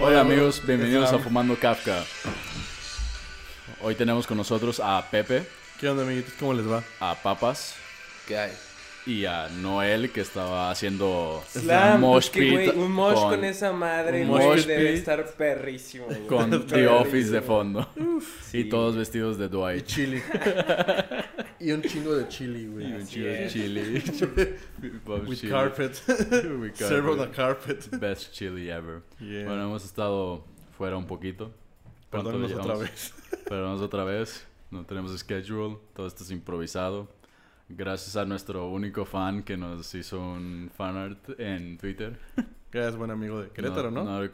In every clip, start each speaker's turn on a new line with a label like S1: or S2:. S1: Hola amigos, bienvenidos a Fumando Kafka. Hoy tenemos con nosotros a Pepe,
S2: ¿Qué onda, amiguitos? ¿Cómo les va?
S1: a Papas
S3: ¿Qué hay?
S1: y a Noel que estaba haciendo
S4: Slam,
S1: mosh
S4: es que, güey,
S1: pit
S4: un mosh con, esa madre,
S1: un
S4: güey,
S1: mosh
S4: debe
S1: pit
S4: estar perrísimo. güey.
S1: con The
S4: Perrísimo.
S1: Office de fondo. y
S4: sí.
S1: todos vestidos de
S2: Y
S1: Dwight.
S2: chili. y un chingo de chili, güey.
S1: Un
S4: Así
S1: chido de
S4: es.
S1: chili.
S2: With
S1: Chili.
S2: carpet.
S1: With
S2: Serve on the
S1: carpet.
S2: carpet.
S1: Best chili ever.
S2: Yeah.
S1: Bueno, hemos estado fuera un poquito. ¿Cuánto
S2: Perdónenos otra
S1: llevamos?
S2: vez.
S1: Pero vamos otra vez, no tenemos schedule, todo esto es improvisado. Gracias a nuestro único fan que nos hizo un fanart en Twitter.
S2: Gracias, buen amigo de Querétaro, ¿no?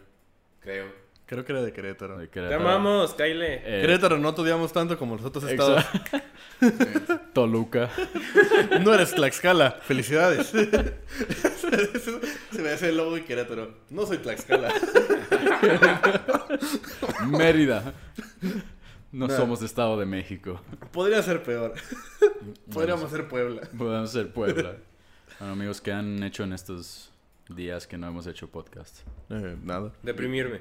S3: Creo.
S2: Creo que era de Querétaro.
S1: de
S4: Te
S1: Querétaro.
S4: amamos, Kyle.
S1: Eh,
S2: Querétaro, no te odiamos tanto como los otros estados.
S1: exa- Toluca.
S2: No eres Tlaxcala. Felicidades. Se me hace el logo de Querétaro. No soy Tlaxcala.
S1: Mérida. No
S2: Nah.
S1: somos Estado de México.
S2: Podría ser peor. Podríamos ser Puebla.
S1: Podemos ser Puebla. Bueno, amigos, ¿qué han hecho en estos días que no hemos hecho podcast? Eh,
S2: nada.
S4: Deprimirme.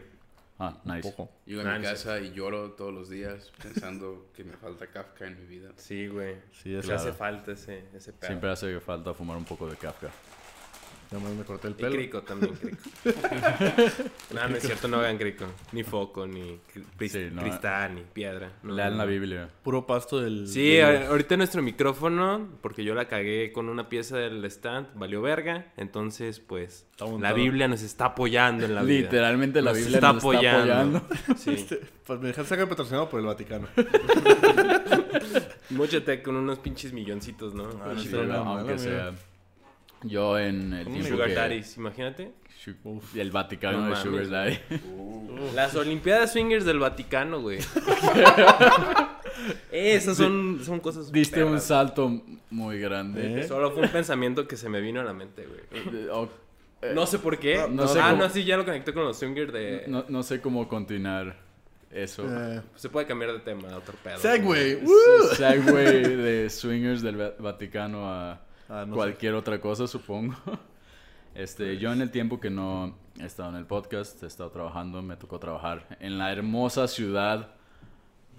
S1: Ah, nice.
S3: Llego a mi casa y lloro todos los días pensando que me falta Kafka en mi vida.
S4: Sí, güey.
S2: Sí, es
S4: Le hace falta ese, ese pedo.
S1: Siempre hace falta fumar un poco de Kafka.
S2: Nada más me corté el
S4: Y
S2: pelo.
S4: crico también, crico. no, no es cierto, no hagan crico. Ni foco, ni cri- cris-
S1: Sí, no.
S4: cristal, ni piedra. No,
S1: Lean
S4: no,
S1: la
S4: no.
S1: Biblia.
S2: Puro pasto del.
S4: Sí,
S2: del-
S4: a- ahorita nuestro micrófono, porque yo la cagué con una pieza del stand, valió verga. Entonces, pues,
S2: Está
S4: la
S2: montado.
S4: Biblia nos está apoyando en la vida.
S1: Literalmente la
S4: Nos
S1: Biblia nos está apoyando.
S4: Sí.
S2: Pues me dejaste sacar patrocinado por el Vaticano.
S4: Móchate con unos pinches milloncitos, ¿no?
S2: no
S1: Ah, Sí,
S2: está
S1: aunque
S2: nada malo,
S1: sea. Yo en el
S4: Un
S1: tiempo
S4: Sugar
S1: que-
S4: daddies, imagínate.
S1: Shu- El Vaticano
S4: No
S1: de
S4: mames,
S1: Sugar
S4: güey.
S1: Daddy.
S4: Uh. Las Olimpiadas Swingers del Vaticano, güey. Esas son, son cosas.
S1: Diste un
S4: perras.
S1: salto muy grande.
S2: ¿Eh?
S4: Solo fue un pensamiento que se me vino a la mente, güey.
S1: Eh, o-
S4: No sé por qué.
S1: no sé
S4: ah,
S1: cómo-
S4: no, sí, ya lo conecté con los Swingers de.
S1: no, no sé cómo continuar eso.
S2: Eh,
S4: Se puede cambiar de tema a otro pedo.
S2: Segway.
S1: Es-
S2: ¡Woo!
S1: es Segway de swingers del Va- Vaticano a
S2: Ah, no
S1: cualquier otra cosa, supongo. Este, yo en el tiempo que no he estado en el podcast, he estado trabajando, me tocó trabajar en la hermosa ciudad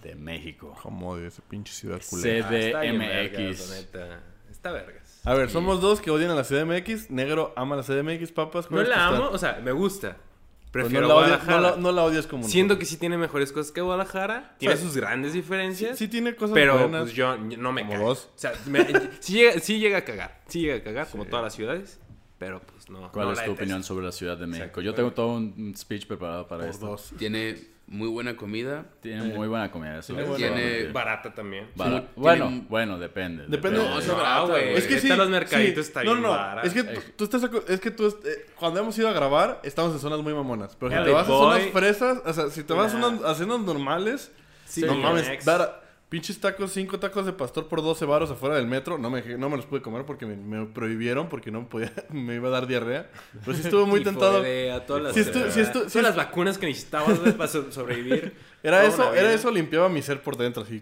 S1: de México.
S2: sé. Como de esa pinche ciudad culera.
S4: Ah, está bien vergas, la
S1: CDMX.
S4: neta. Está vergas.
S2: A ver, somos dos que odian a la CDMX. Negro ama la CDMX, papas.
S4: No
S2: ¿cuál es tu
S4: la amo,
S2: stand?
S4: o sea, me gusta.
S2: Pues
S4: Prefiero
S2: no, la odias,
S4: Guadalajara.
S2: no, la, no la odias como
S4: Siendo que
S2: nosotros.
S4: sí tiene mejores cosas que Guadalajara, tiene
S2: sea,
S4: sus grandes
S2: sí,
S4: diferencias.
S2: sí tiene cosas
S4: pero
S2: buenas.
S4: pues yo yo no me
S2: como
S4: caga.
S2: vos.
S4: O sea, me- sí, llega, sí llega a cagar. Sí llega a cagar, como todas las ciudades. Pero pues no.
S1: ¿Cuál
S4: no
S1: es
S4: la
S1: tu
S4: detesto.
S1: opinión sobre la Ciudad de México?
S4: Exacto.
S1: Yo tengo todo un un speech preparado para
S2: Por
S1: esto.
S2: dos.
S3: Tiene muy buena comida.
S1: Tiene muy buena comida. Eso.
S2: Tiene
S1: eso
S2: buena
S1: va a
S3: comida.
S1: decir.
S4: eh, Barata también.
S1: Bara-
S3: tiene
S1: bueno,
S3: un-
S1: bueno, depende.
S2: Depende-
S3: No, es
S2: No,
S3: barata,
S4: güey.
S3: güey. Ah,
S2: Es que
S4: Vete
S2: sí.
S4: a Eh, los mercaditos,
S2: sí.
S4: está
S2: no,
S4: bien
S2: no, no.
S4: barato.
S2: Es que tú, tú estás. acu- Es que tú. est- eh, cuando hemos ido a grabar, estamos en zonas muy mamonas. Pero si
S4: Yeah,
S2: te
S4: de
S2: vas a
S4: boy.
S2: zonas fresas, o sea, si te vas a,
S4: Nah.
S2: unas, a cenas normales,
S4: Sí,
S2: no
S4: sí,
S2: mames.
S4: ex.
S2: dar- pinches tacos, cinco tacos de pastor por 12 varos afuera del metro. No me, no me los pude comer porque me, me prohibieron, porque no podía, me iba a dar diarrea. Pero sí estuve muy tentado.
S4: Tifoidea, todas las,
S2: Si esto- si esto-
S4: todas
S2: si
S4: las vacunas que necesitabas güey, para so- sobrevivir.
S2: Era
S4: Toda
S2: eso,
S4: una
S2: era
S4: vida.
S2: eso, limpiaba mi ser por dentro, así.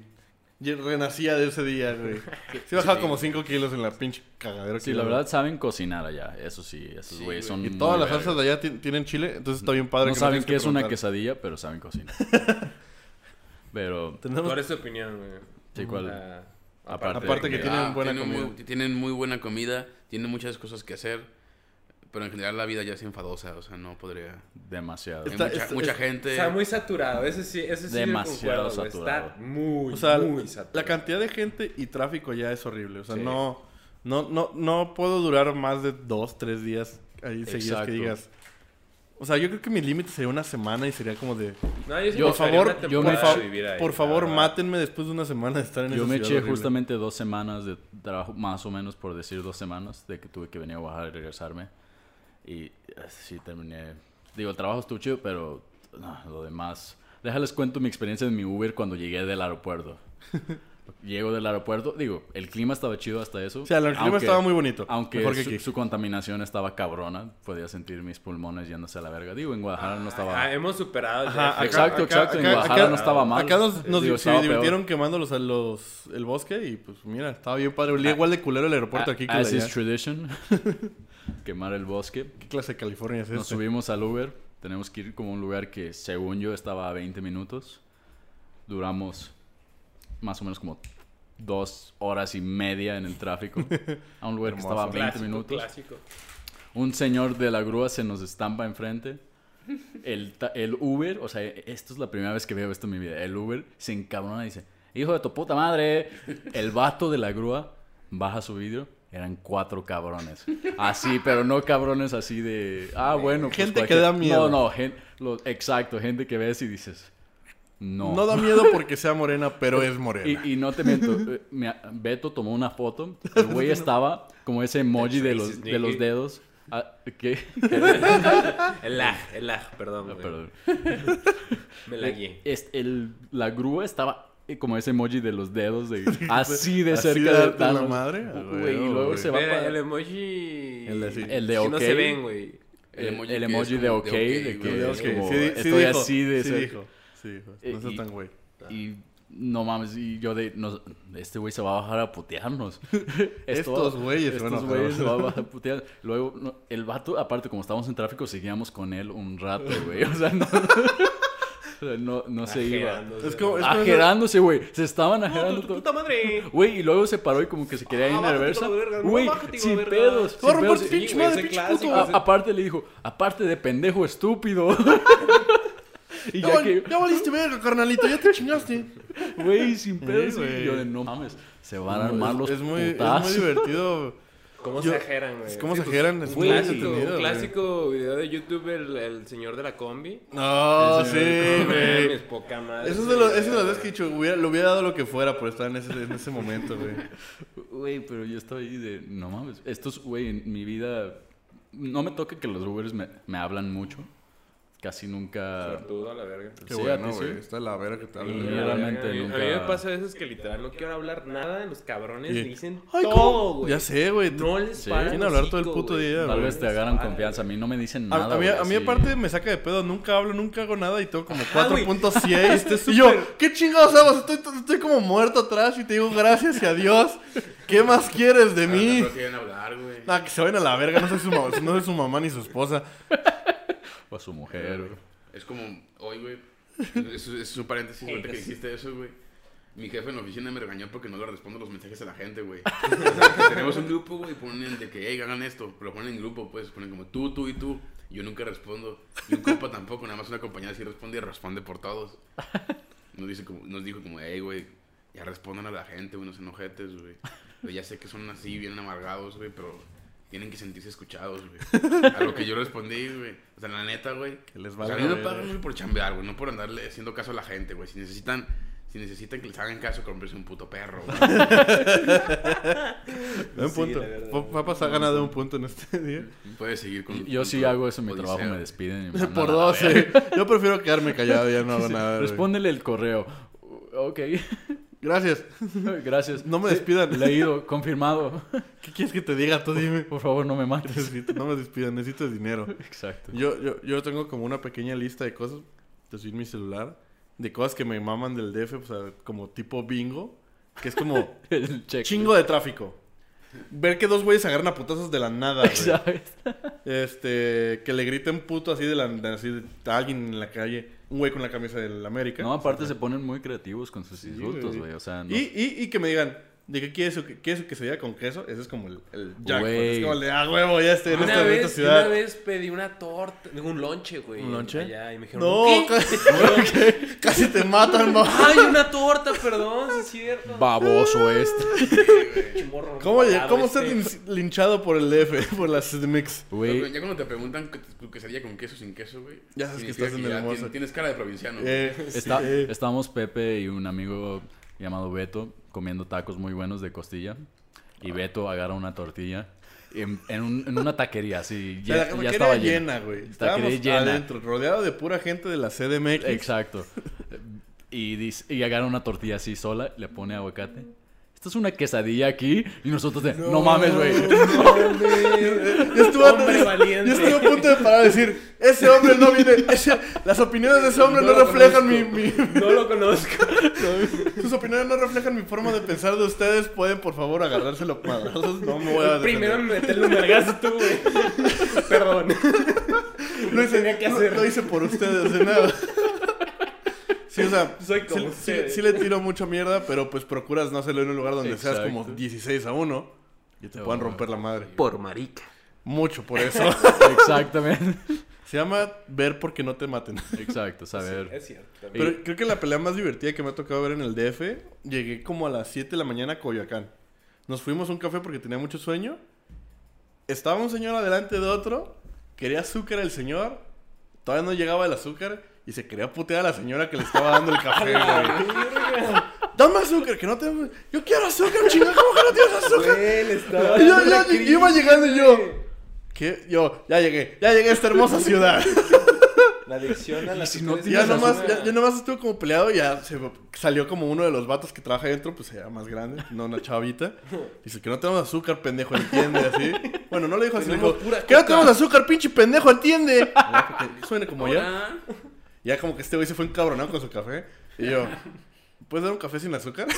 S2: Yo renacía de ese día, güey. Sí bajaba como 5 kilos en la pinche cagadera.
S1: Sí, la verdad saben cocinar allá. Eso sí, esos
S3: Sí,
S1: güeyes
S3: güey.
S1: son.
S2: Y todas
S1: muy
S2: las
S1: vergas.
S2: salsas de allá ti- tienen chile, entonces está bien padre.
S1: No
S2: que
S1: saben
S2: tienes
S1: qué es una
S2: preguntar.
S1: quesadilla, pero saben cocinar. pero,
S2: Tenemos-
S4: ¿Cuál es tu opinión, güey?
S1: sí, ¿cuál?
S4: Ah,
S1: Aparte, de
S2: aparte que
S1: comida.
S2: tienen
S3: Ah,
S2: buena
S3: tienen
S2: comida.
S3: Muy, tienen muy buena comida, tienen muchas cosas que hacer, pero en general la vida ya es enfadosa, o sea, no podría.
S1: demasiado.
S3: Hay
S2: Está-
S3: mucha
S2: está-
S3: mucha
S2: es-
S3: gente.
S4: Está muy saturado, ese sí, ese sí
S1: Demasiado
S4: lo concuerdo, güey. Está
S1: saturado.
S4: muy,
S2: O sea,
S4: muy saturado.
S2: la cantidad de gente y tráfico ya es horrible. O sea,
S4: Sí.
S2: no, no, no, no puedo durar más de dos, tres días ahí seguidos
S1: Exacto.
S2: que digas. O sea, yo creo que mi límite sería una semana y sería como de...
S4: No, yo sí
S1: Yo,
S2: por
S4: me gustaría
S2: favor,
S4: una
S2: yo me
S4: temporada
S2: fa-
S4: de vivir ahí,
S2: por
S4: la
S2: favor,
S4: verdad.
S2: mátenme después de una semana de estar en
S1: Yo
S2: esa
S1: me
S2: ciudad
S1: eché
S2: horrible.
S1: justamente dos semanas de trabajo, más o menos por decir dos semanas, de que tuve que venir a Guadalajara y regresarme. Y eh, sí terminé. Digo, el trabajo estuvo chido, pero no, lo demás. Déjales cuento mi experiencia en mi Uber cuando llegué del aeropuerto. Llego del aeropuerto, digo, el clima estaba chido hasta eso.
S2: O sea, el clima
S1: aunque-
S2: estaba muy bonito.
S1: Aunque
S2: Mejor que
S1: su,
S2: aquí.
S1: su contaminación estaba cabrona, podía sentir mis pulmones yéndose a la verga. Digo, en Guadalajara no estaba...
S5: Ah, hemos superado.
S2: Ajá,
S5: ya.
S2: acá-
S1: Exacto, exacto, en Guadalajara no estaba mal.
S2: Acá nos, nos
S1: Digo,
S2: se
S1: estaba
S2: divirtieron quemándolos a los, el bosque y pues mira, estaba bien padre.
S1: Ah.
S2: Olía igual de culero el aeropuerto aquí que
S1: As
S2: la
S1: is tradition. Quemar el bosque.
S2: ¿Qué clase de California es este.
S1: Nos
S2: esta?
S1: subimos al Uber. Tenemos que ir como a un lugar que, según yo, estaba a 20 minutos. Duramos más o menos como dos horas y media en el tráfico. A un lugar que estaba a 20
S5: Clásico,
S1: minutos.
S5: clásico.
S1: Un señor de la grúa se nos estampa enfrente. El, ta- el Uber, o sea, esto es la primera vez que veo esto en mi vida. El Uber se encabrona y dice, hijo de tu puta madre. El vato de la grúa baja su vidrio. Eran cuatro cabrones. Así, pero no cabrones así de... Ah, bueno. pues
S2: Gente que
S1: cualquier-
S2: da miedo.
S1: No, no, gen- lo- exacto, gente que ves y dices... No.
S2: No da miedo porque sea morena, pero es morena.
S1: Y, y no te miento, eh, me- Beto tomó una foto, el güey estaba como ese emoji de los, de los dedos. Ah, ¿Qué?
S5: El lag, el lag, perdón.
S1: Ah,
S5: güey.
S1: perdón.
S2: Eh,
S5: Me lagué.
S1: Eh, Es- el- la grúa estaba eh, como ese emoji de los dedos, de, así de
S2: Así
S1: cerca
S2: de
S1: de
S2: darte la
S1: Thanos.
S2: madre,
S1: Güey,
S2: a huevo,
S1: y luego
S2: güey.
S1: se va
S5: Pero
S1: para-
S4: em-
S5: el emoji.
S2: El de así.
S1: El de
S5: que no
S1: ok.
S5: se ven, güey.
S1: el, el emoji,
S3: que es
S1: de
S3: como
S1: ok, de que
S3: güey.
S1: es
S2: Ok,
S1: como,
S2: sí di- sí
S1: estoy
S2: dijo,
S1: así de
S2: sí
S1: cerca.
S2: dijo, sí dijo. "Pues
S1: Eh,
S2: No seas
S1: y-
S2: tan güey.
S1: Y no mames, y yo de, nos- este güey se va a bajar a putearnos.
S2: Estos güeyes se van a
S1: Estos
S2: bajar.
S1: güeyes se van a bajar a putear. Luego, no, el vato, aparte, como estábamos en tráfico, seguíamos con él un rato, güey. O sea, no, o sea, no, no se iba.
S5: Ajerándose.
S2: Es como, es como ese-
S1: Ajerándose, güey. Se estaban ajerando.
S5: ¡No, tu
S1: todo.
S5: puta madre!
S1: Güey, y luego se paró y como que se quería ir en
S5: Ah, bájate,
S1: reversa.
S5: hijo de verga, no,
S1: Güey,
S5: bájate, hijo de
S1: sin
S5: verga.
S1: pedos.
S5: Te
S1: sin
S2: voy a romper
S1: pedos.
S2: tu
S1: Sí,
S2: pinche
S1: güey,
S2: madre,
S1: ese
S2: pinche
S1: clásico, Ah,
S5: puto.
S1: ese- A- aparte le dijo, aparte de pendejo estúpido. y
S2: Ya,
S1: ya
S2: val-
S1: que,
S2: ya valiste verga, carnalito, ya te chingaste.
S1: güey, sin pedos.
S2: güey.
S1: y yo de, no mames, se van a
S2: Es-
S1: armar los
S2: es, muy, es muy
S1: putazos.
S2: divertido.
S5: ¿Cómo
S2: Yo-
S5: se ajeran, güey? pues,
S2: Es como se ajeran. Es
S5: Güey,
S2: muy
S5: clásico,
S2: entretenido,
S5: un
S2: güey.
S5: clásico video de YouTube, el, el señor de la combi.
S2: No, sí,
S5: Mames,
S2: güey.
S5: poca madre.
S2: Eso es de, lo- eso es de las veces que he dicho, hubiera, le hubiera dado lo que fuera por estar en ese, en ese momento, güey.
S1: Güey, pero yo estaba ahí de, no mames, estos, güey, en mi vida, no me toca que los Ubers me, me hablan mucho. Casi nunca...
S5: Sortudo a la verga.
S1: Sí, a ti sí.
S2: Está la vera que te
S5: Sí,
S1: Y
S5: a la
S1: realmente
S5: verga.
S1: nunca-
S5: A mí me pasa a veces que literal no quiero hablar nada, los cabrones
S2: Sí.
S5: dicen
S2: Ay,
S5: todo,
S2: ¿cómo?
S5: güey.
S2: Ya sé, güey.
S5: No les
S1: Sí.
S5: paran
S2: Quieren
S5: los
S2: hablar todo el
S5: hocico,
S2: puto
S5: güey.
S2: día,
S1: Tal vez te
S5: No les
S1: agarran
S5: paran,
S1: confianza. A
S5: güey.
S1: mí no me dicen
S2: A-
S1: nada.
S2: a, mí,
S1: güey,
S2: a mí
S1: así.
S2: aparte me saca de pedo, nunca hablo, nunca hago nada y tengo como
S5: güey.
S2: 4.6.
S5: Está
S2: Y yo,
S5: súper-
S2: ¿qué chingados hago? Estoy, estoy como muerto atrás y te digo gracias y adiós. ¿Qué más quieres de
S3: Ah,
S2: mí?
S3: No quieren hablar, güey.
S2: Nah, que se vayan a la verga, no soy su, ma- no soy su mamá ni su esposa.
S1: O a su mujer. güey.
S3: Es como hoy, güey. Es, es un paréntesis, ahorita que dijiste eso, güey. Mi jefe en la oficina me regañó porque no le respondo los mensajes a la gente, güey. O sea, Tenemos un grupo, güey, y ponen de que, hey, hagan esto. Pero lo ponen en grupo, pues, ponen como tú, tú y tú. Yo nunca respondo. Y un compa tampoco, nada más una compañera sí responde y responde por todos. Nos, dice como, nos dijo como, hey, güey, ya respondan a la gente, güey, no se enojetes, güey. Yo Ya sé que son así, bien amargados, güey, pero tienen que sentirse escuchados, güey. A lo que yo respondí, güey. O sea, la neta, güey.
S2: Que les
S1: Pues
S3: O
S2: valga
S3: sea, a mí me
S2: verga.
S3: pagan güey, por chambear, güey, no por andarle haciendo caso a la gente, güey. Si necesitan, si necesitan que les hagan caso, comprarse un puto perro, güey.
S2: De un
S5: Sí,
S2: punto.
S5: la verdad.
S2: Pa- Papas ha ganado un punto en este día.
S3: Puedes seguir con
S1: Yo
S3: con
S1: sí
S3: tu
S1: hago eso en mi
S3: odisea,
S1: trabajo, me
S3: güey.
S1: despiden. Y me mandan
S2: Por
S1: a la
S2: dos,
S1: verga.
S2: sí. Yo prefiero quedarme callado, ya no hago nada. güey.
S1: Respóndele el correo. Uh, Ok,
S2: Gracias.
S1: gracias.
S2: No me
S1: Sí,
S2: despidan.
S1: Leído, confirmado.
S2: ¿Qué quieres que te diga? Tú dime.
S1: Por favor, no me mates.
S2: Necesito- no me despidan, necesito dinero.
S1: Exacto.
S2: Yo, yo, yo tengo como una pequeña lista de cosas, te soy mi celular, de cosas que me maman del DF, o sea, como tipo bingo, que es como
S1: El check.
S2: chingo de tráfico. Ver que dos güeyes agarran a putazos de la nada, güey.
S1: ¿Sabes?
S2: Este, que le griten puto así de la de- así de- a alguien en la calle, un güey con la camisa del América.
S1: No, aparte se ponen muy creativos con sus insultos,
S2: güey.
S1: güey. O sea, no.
S2: y, y, y que me digan, ¿de qué quieres o que quieres o que se diga con queso? Ese es como el, el jackpot.
S1: Güey.
S2: Es como el de, ah, huevo, ya estoy en
S5: Una
S2: esta, en esta
S5: vez,
S2: ciudad.
S5: una vez pedí una torta, digo, un lonche, güey.
S2: ¿Un lonche?
S5: Allá, y me dijeron,
S2: No,
S5: "¿Qué?".
S2: casi, ok, casi te matan, mamá.
S5: Ay, una torta, perdón, sí es cierto.
S1: Baboso este.
S5: Chimorro
S2: ¿Cómo,
S5: morado
S2: ¿cómo
S5: este.
S2: ser lin- linchado por el DF, por las mix?
S1: Güey,
S3: Ya cuando te preguntan que tu quesadilla con queso sin queso, güey.
S2: Ya sabes que
S3: significa
S2: estás en el
S3: ya
S2: hermoso.
S3: tien- Tienes cara de provinciano. güey.
S2: Eh,
S1: Está,
S2: sí, eh.
S1: Estábamos Pepe y un amigo llamado Beto comiendo tacos muy buenos de costilla. Y Beto agarra una tortilla en, en un- en una taquería, así.
S2: O
S1: Ya,
S2: sea,
S1: ya
S2: la taquería
S1: estaba llena.
S2: llena, güey.
S1: Taquería
S2: Estábamos
S1: llena.
S2: adentro, rodeado de pura gente de la CDMX.
S1: Exacto. y, dice, y agarra una tortilla así sola, le pone aguacate. Esto es una quesadilla aquí. Y nosotros de, no, mames, güey.
S2: Yo estuve,
S4: Hombre
S2: a,
S4: valiente.
S2: yo estuve a punto de parar a decir, ese hombre no viene, ese- las opiniones de ese hombre no,
S4: No lo
S2: reflejan mi,
S4: conozco.
S2: mi-
S4: No lo conozco.
S2: sus opiniones no reflejan mi forma de pensar de ustedes, pueden por favor agarrárselo a madrazos, no me voy a defender.
S4: Primero me meterle un vergazo tú, güey. Perdón.
S2: lo hice,
S4: tenía que
S2: lo-
S4: hacer.
S2: lo hice por ustedes, de nada. Sí, o sea,
S4: Soy como
S2: sí- sí-
S4: ustedes.
S2: sí le tiro mucha mierda, pero pues procuras no hacerlo en un lugar donde seas como
S1: Exacto.
S2: 16 a 1 y te
S1: No,
S2: puedan
S1: güey.
S2: romper la madre.
S5: Por marica.
S2: Mucho por eso.
S1: Exactamente.
S2: Se llama ver porque no te maten.
S1: Exacto, saber.
S4: Es cierto.
S2: Pero creo que la pelea más divertida que me ha tocado ver en el DF, llegué como a las 7 de la mañana a Coyoacán. Nos fuimos a un café porque tenía mucho sueño. Estaba un señor adelante de otro, quería azúcar el señor, todavía no llegaba el azúcar y se quería putear a la señora que le estaba dando el café, güey. Dame azúcar, que no te... Yo quiero azúcar, chingada, ¿cómo que no tienes azúcar?
S4: Él estaba.
S2: Y Yo, yo, iba llegando y yo... ¿Qué? Yo, ya llegué, ya llegué a esta hermosa ciudad.
S4: La adicción a la
S1: si no
S4: azúcar es
S2: Ya
S1: tienes
S4: una-
S2: nomás, ya, ya nomás estuvo como peleado y ya se salió como uno de los vatos que trabaja adentro, pues era más grande, no una chavita. Dice que no tenemos azúcar, pendejo, entiende, así. Bueno, no le dijo así, le dijo,
S4: Tenemos pura
S2: que no
S4: coca".
S2: tenemos azúcar, pinche pendejo, entiende. Ya, porque Suena como ya. Ya como que este güey se fue encabronado con su café. Y yo, ¿puedes dar un café sin azúcar?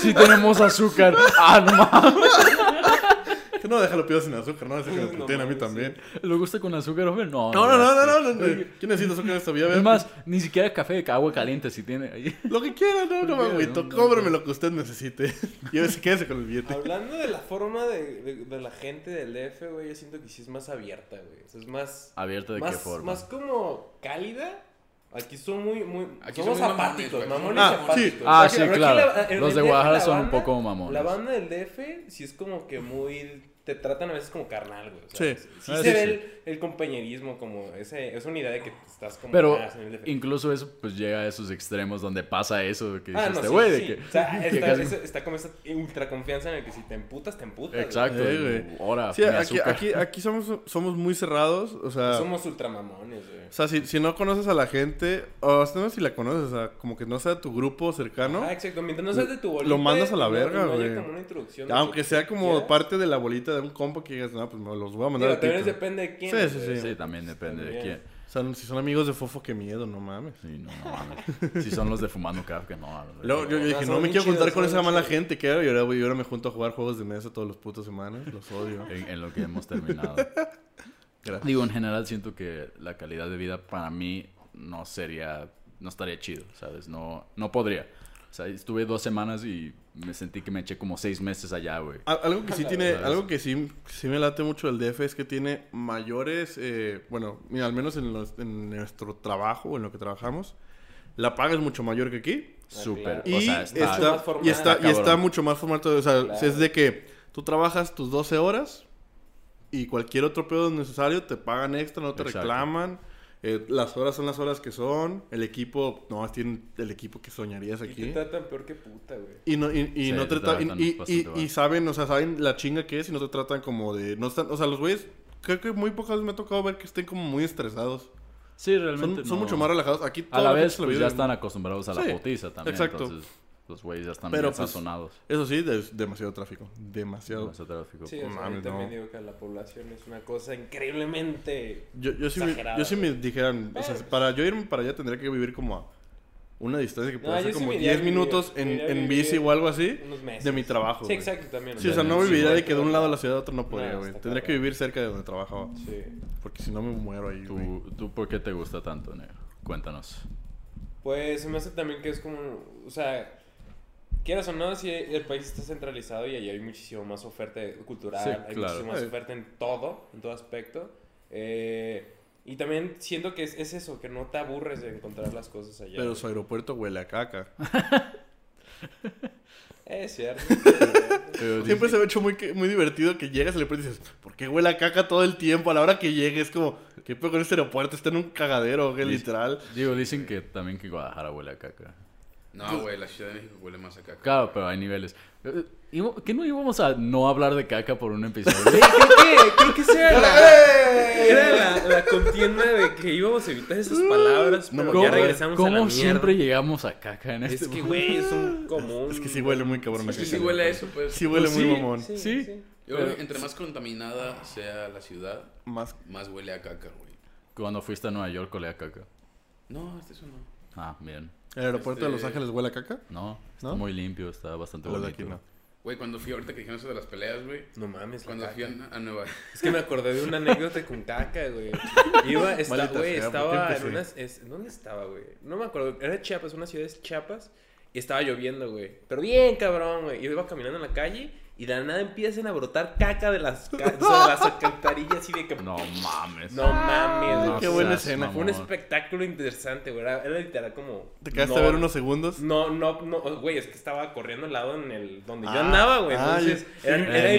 S1: Si tenemos azúcar. Ah, no mames.
S2: Que no, déjalo pido sin azúcar, no, así que me puteen a mí también.
S1: ¿Lo gusta con azúcar, hombre? No.
S2: No, no, no, no, no, no, no. Yo necesito azúcar en esta vida, a ver.
S1: Es más, ni siquiera café de agua caliente si tiene ahí.
S2: Lo que quiera, no, no,
S1: Olvídalo,
S2: güey,
S1: no, no.
S2: cóbreme lo que usted necesite. Y a ver si quédese con el billete.
S4: Hablando de la forma de, de- de la gente del DF, güey, yo siento que sí es más abierta, güey. O sea, es más.
S1: Abierta de
S4: más,
S1: qué forma.
S4: Más como cálida. Aquí son muy, muy.
S3: Aquí
S4: somos
S3: son muy
S4: apáticos,
S3: mamones, güey.
S4: mamones
S2: Ah,
S4: y apáticos.
S2: sí.
S1: Ah,
S4: O sea,
S1: sí,
S4: pero aquí
S1: claro.
S4: la- en el
S1: Los de
S4: DF,
S1: Guadalajara
S4: la
S1: son un
S4: banda-
S1: poco mamones.
S4: La banda del DF sí es como que muy. Te tratan a veces como carnal, güey. O sea,
S2: Sí.
S4: sí.
S2: Ah,
S4: se
S2: sí,
S4: ve
S2: sí.
S4: El, el compañerismo, como ese, esa unidad de que estás como.
S1: Pero
S4: "Ah, soy del DF".
S1: incluso eso pues llega a esos extremos donde pasa eso de que
S4: Ah,
S1: dice
S4: no,
S1: este
S4: sí,
S1: güey
S4: sí.
S1: de que,
S4: O sea,
S1: que
S4: está,
S1: casi-
S4: esa- está como esa ultra confianza en el que si te emputas, te emputas. güey.
S1: Exacto.
S2: Eh,
S1: y,
S2: güey.
S1: Ahora,
S2: Sí,
S1: mi
S2: aquí,
S1: azúcar.
S2: aquí, aquí somos, somos muy cerrados. O sea,
S4: Somos ultramamones, güey.
S2: o sea si, si no conoces a la gente, o hasta no si la conoces, o sea, como que no sea tu grupo cercano,
S4: Ah, exacto. Mientras no seas de tu bolita.
S2: Lo mandas a la
S4: no-
S2: verga,
S4: no haya
S2: güey.
S4: como una introducción de
S2: aunque
S4: que
S2: sea como
S4: quieras.
S2: parte de la bolita de un compa que digas, no, pues me los voy a mandar
S4: Digo,
S2: al
S4: también
S2: pito".
S4: depende de quién.
S2: Sí, sí,
S4: güey.
S1: Sí, también depende de
S4: También.
S1: quién.
S2: O sea, si son amigos de Fofo, qué miedo, no mames.
S1: Sí, no, no mames. Si son los de fumando Kafka, no. a ver.
S2: Luego yo, yo
S4: no,
S2: dije,
S4: son
S2: no me
S4: bien
S2: quiero
S4: chidos,
S2: juntar con
S4: son
S2: esa
S4: bien
S2: mala
S4: chidos.
S2: gente que era. Y ahora, güey, y ahora me junto a jugar juegos de mesa todos los putos semanas. Los odio.
S1: en, en lo que hemos terminado.
S2: Gracias.
S1: Digo, en general siento que la calidad de vida para mí no sería, no estaría chido, ¿sabes? No, no podría. O sea, estuve dos semanas y me sentí que me eché como seis meses allá, güey.
S2: Al- Algo que sí
S4: La
S2: tiene,
S1: verdad es-
S2: algo que sí, sí me late mucho del DF es que tiene mayores, eh, bueno, mira, al menos en, los- en nuestro trabajo, en lo que trabajamos, la paga es mucho mayor que aquí.
S1: Súper.
S2: Y,
S1: O sea,
S2: está,
S1: está,
S4: Mucho más formal.
S2: y, está, y
S1: Cabrón.
S2: está mucho más formal todo. O sea,
S4: Claro.
S2: es de que tú trabajas tus 12 horas y cualquier otro pedo necesario te pagan extra, no te
S1: Exacto.
S2: reclaman. eh, las horas son las horas que son. El equipo, no, tienen el equipo que soñarías
S4: Y
S2: aquí.
S4: te tratan peor que puta, güey.
S2: Y no, y, y
S1: Sí,
S2: no
S1: te
S2: tratan-
S1: tratan
S2: y, y-
S1: bastante
S2: y-
S1: mal.
S2: y saben, o sea, saben la chinga que es y no te tratan como de. No están, o sea, los güeyes, creo que muy pocas veces me ha tocado ver que estén como muy estresados.
S1: Sí,
S2: Son,
S1: realmente.
S2: son
S1: no.
S2: mucho más relajados. Aquí
S1: A
S2: toda
S1: la
S2: gente
S1: vez,
S2: se lo
S1: pues
S2: vive
S1: ya
S2: de-
S1: están acostumbrados a la
S2: Sí,
S1: potiza también.
S2: exacto.
S1: Entonces, los güeyes ya están
S2: Pero,
S1: bien
S2: pues,
S1: sazonados.
S2: Eso sí, es demasiado tráfico. Demasiado.
S1: Más tráfico.
S4: Sí, o sea,
S2: mames,
S4: yo también
S2: no.
S4: digo que la población es una cosa increíblemente.
S2: Yo, yo, sí me,
S4: Exagerado,
S2: yo sí me
S4: güey.
S2: dijeran, o
S4: Pero,
S2: sea,
S4: pues-
S2: para yo irme para allá tendría que vivir como a una distancia que
S4: No,
S2: puede ser
S4: yo sí
S2: como
S4: me iría a
S2: 10
S4: vivir,
S2: minutos
S4: me
S2: en,
S4: iría a
S2: en
S4: vivir
S2: bici o algo así
S4: unos meses.
S2: de mi trabajo.
S4: Sí,
S2: güey.
S4: exacto, también.
S2: Sí, o sea,
S1: De
S2: no
S1: mi-
S2: viviría
S1: sí,
S2: de que de un lado a la ciudad a otro no
S4: No,
S2: podría,
S4: está
S2: güey. Tendría
S4: cabrón.
S2: que vivir cerca de donde trabajaba.
S4: Sí.
S2: Porque si no me muero ahí, güey.
S1: ¿Tú, ¿Tú por qué te gusta tanto, negro? Cuéntanos.
S4: Pues se me hace también que es como, o sea, quieras o no, si el país está centralizado y ahí hay muchísimo más oferta cultural,
S1: Sí,
S4: hay
S1: claro.
S4: muchísimo más
S2: Sí.
S4: oferta en todo, en todo aspecto. Eh, y también siento que es, es eso, que no te aburres de encontrar las cosas allá.
S2: Pero
S4: güey.
S2: su aeropuerto huele a caca.
S4: Es cierto.
S1: Pero
S2: Siempre se me ha hecho muy, que- muy divertido que llegas al aeropuerto y dices, ¿por qué huele a caca todo el tiempo? A la hora que llegues, es como, ¿qué pedo con este aeropuerto? Está en un cagadero, güey,
S1: Sí.
S2: literal.
S1: Digo, dicen que también que Guadalajara huele a caca.
S2: pues
S3: No, güey, la Ciudad de México huele más a caca.
S1: Claro, pero hay niveles. Eh, iba- ¿Qué no íbamos a no hablar de caca por un episodio?
S4: Creo que, creo que esa era la, era la, la contienda de que íbamos a evitar esas palabras, pero
S1: ¿Cómo,
S2: ¿Cómo-
S4: ya regresamos a la
S1: cómo
S4: mierda.
S1: siempre llegamos a caca en este
S4: Es que, güey, es un común.
S2: Es que sí huele muy cabrón.
S3: Es que
S2: la
S3: sí
S2: caca.
S3: huele a eso, pues.
S2: Sí huele muy
S1: Sí,
S2: mamón.
S4: Sí,
S1: Sí.
S4: sí.
S3: Yo creo
S1: Pero-
S3: que entre más contaminada sea la ciudad,
S2: Más
S3: más huele a caca, güey.
S1: Cuando fuiste a Nueva York, olía a caca.
S3: No, hasta eso no.
S1: Ah, bien.
S2: ¿El aeropuerto de Los
S3: Este-
S2: Ángeles huele a caca?
S1: No, está
S2: ¿No?
S1: muy limpio, está bastante
S2: Los de
S1: bonito.
S2: aquí no.
S3: Güey, cuando fui ahorita que dijeron eso de las peleas, güey.
S4: No mames, la
S3: Cuando
S4: caca.
S3: fui a, a Nueva
S4: Es que me acordé de una anécdota con caca, güey. Iba, esta-
S2: Maldita
S4: güey,
S2: sea, ¿por qué
S4: estaba en
S2: empecé?
S4: unas... es- ¿Dónde estaba, güey? No me acuerdo. Era Chiapas, una ciudad de Chiapas. Y estaba lloviendo, güey. Pero bien, cabrón, güey. Yo iba caminando en la calle y de la nada empiezan a brotar caca de las, ca- o sea, de las alcantarillas y de que...
S1: No mames.
S4: No mames,
S1: No
S4: güey.
S2: qué buena
S1: seas
S2: escena.
S4: Fue un
S1: mamón.
S4: espectáculo interesante, güey. Era, era literal como...
S2: ¿Te quedaste
S4: no-
S2: a ver unos segundos?
S4: No, no, no, güey, es que estaba corriendo al lado en el donde yo
S2: Ah,
S4: andaba, güey.
S2: ah,
S4: Entonces,
S2: yo-
S4: era,
S2: sí.
S4: era
S1: Era
S4: evitar la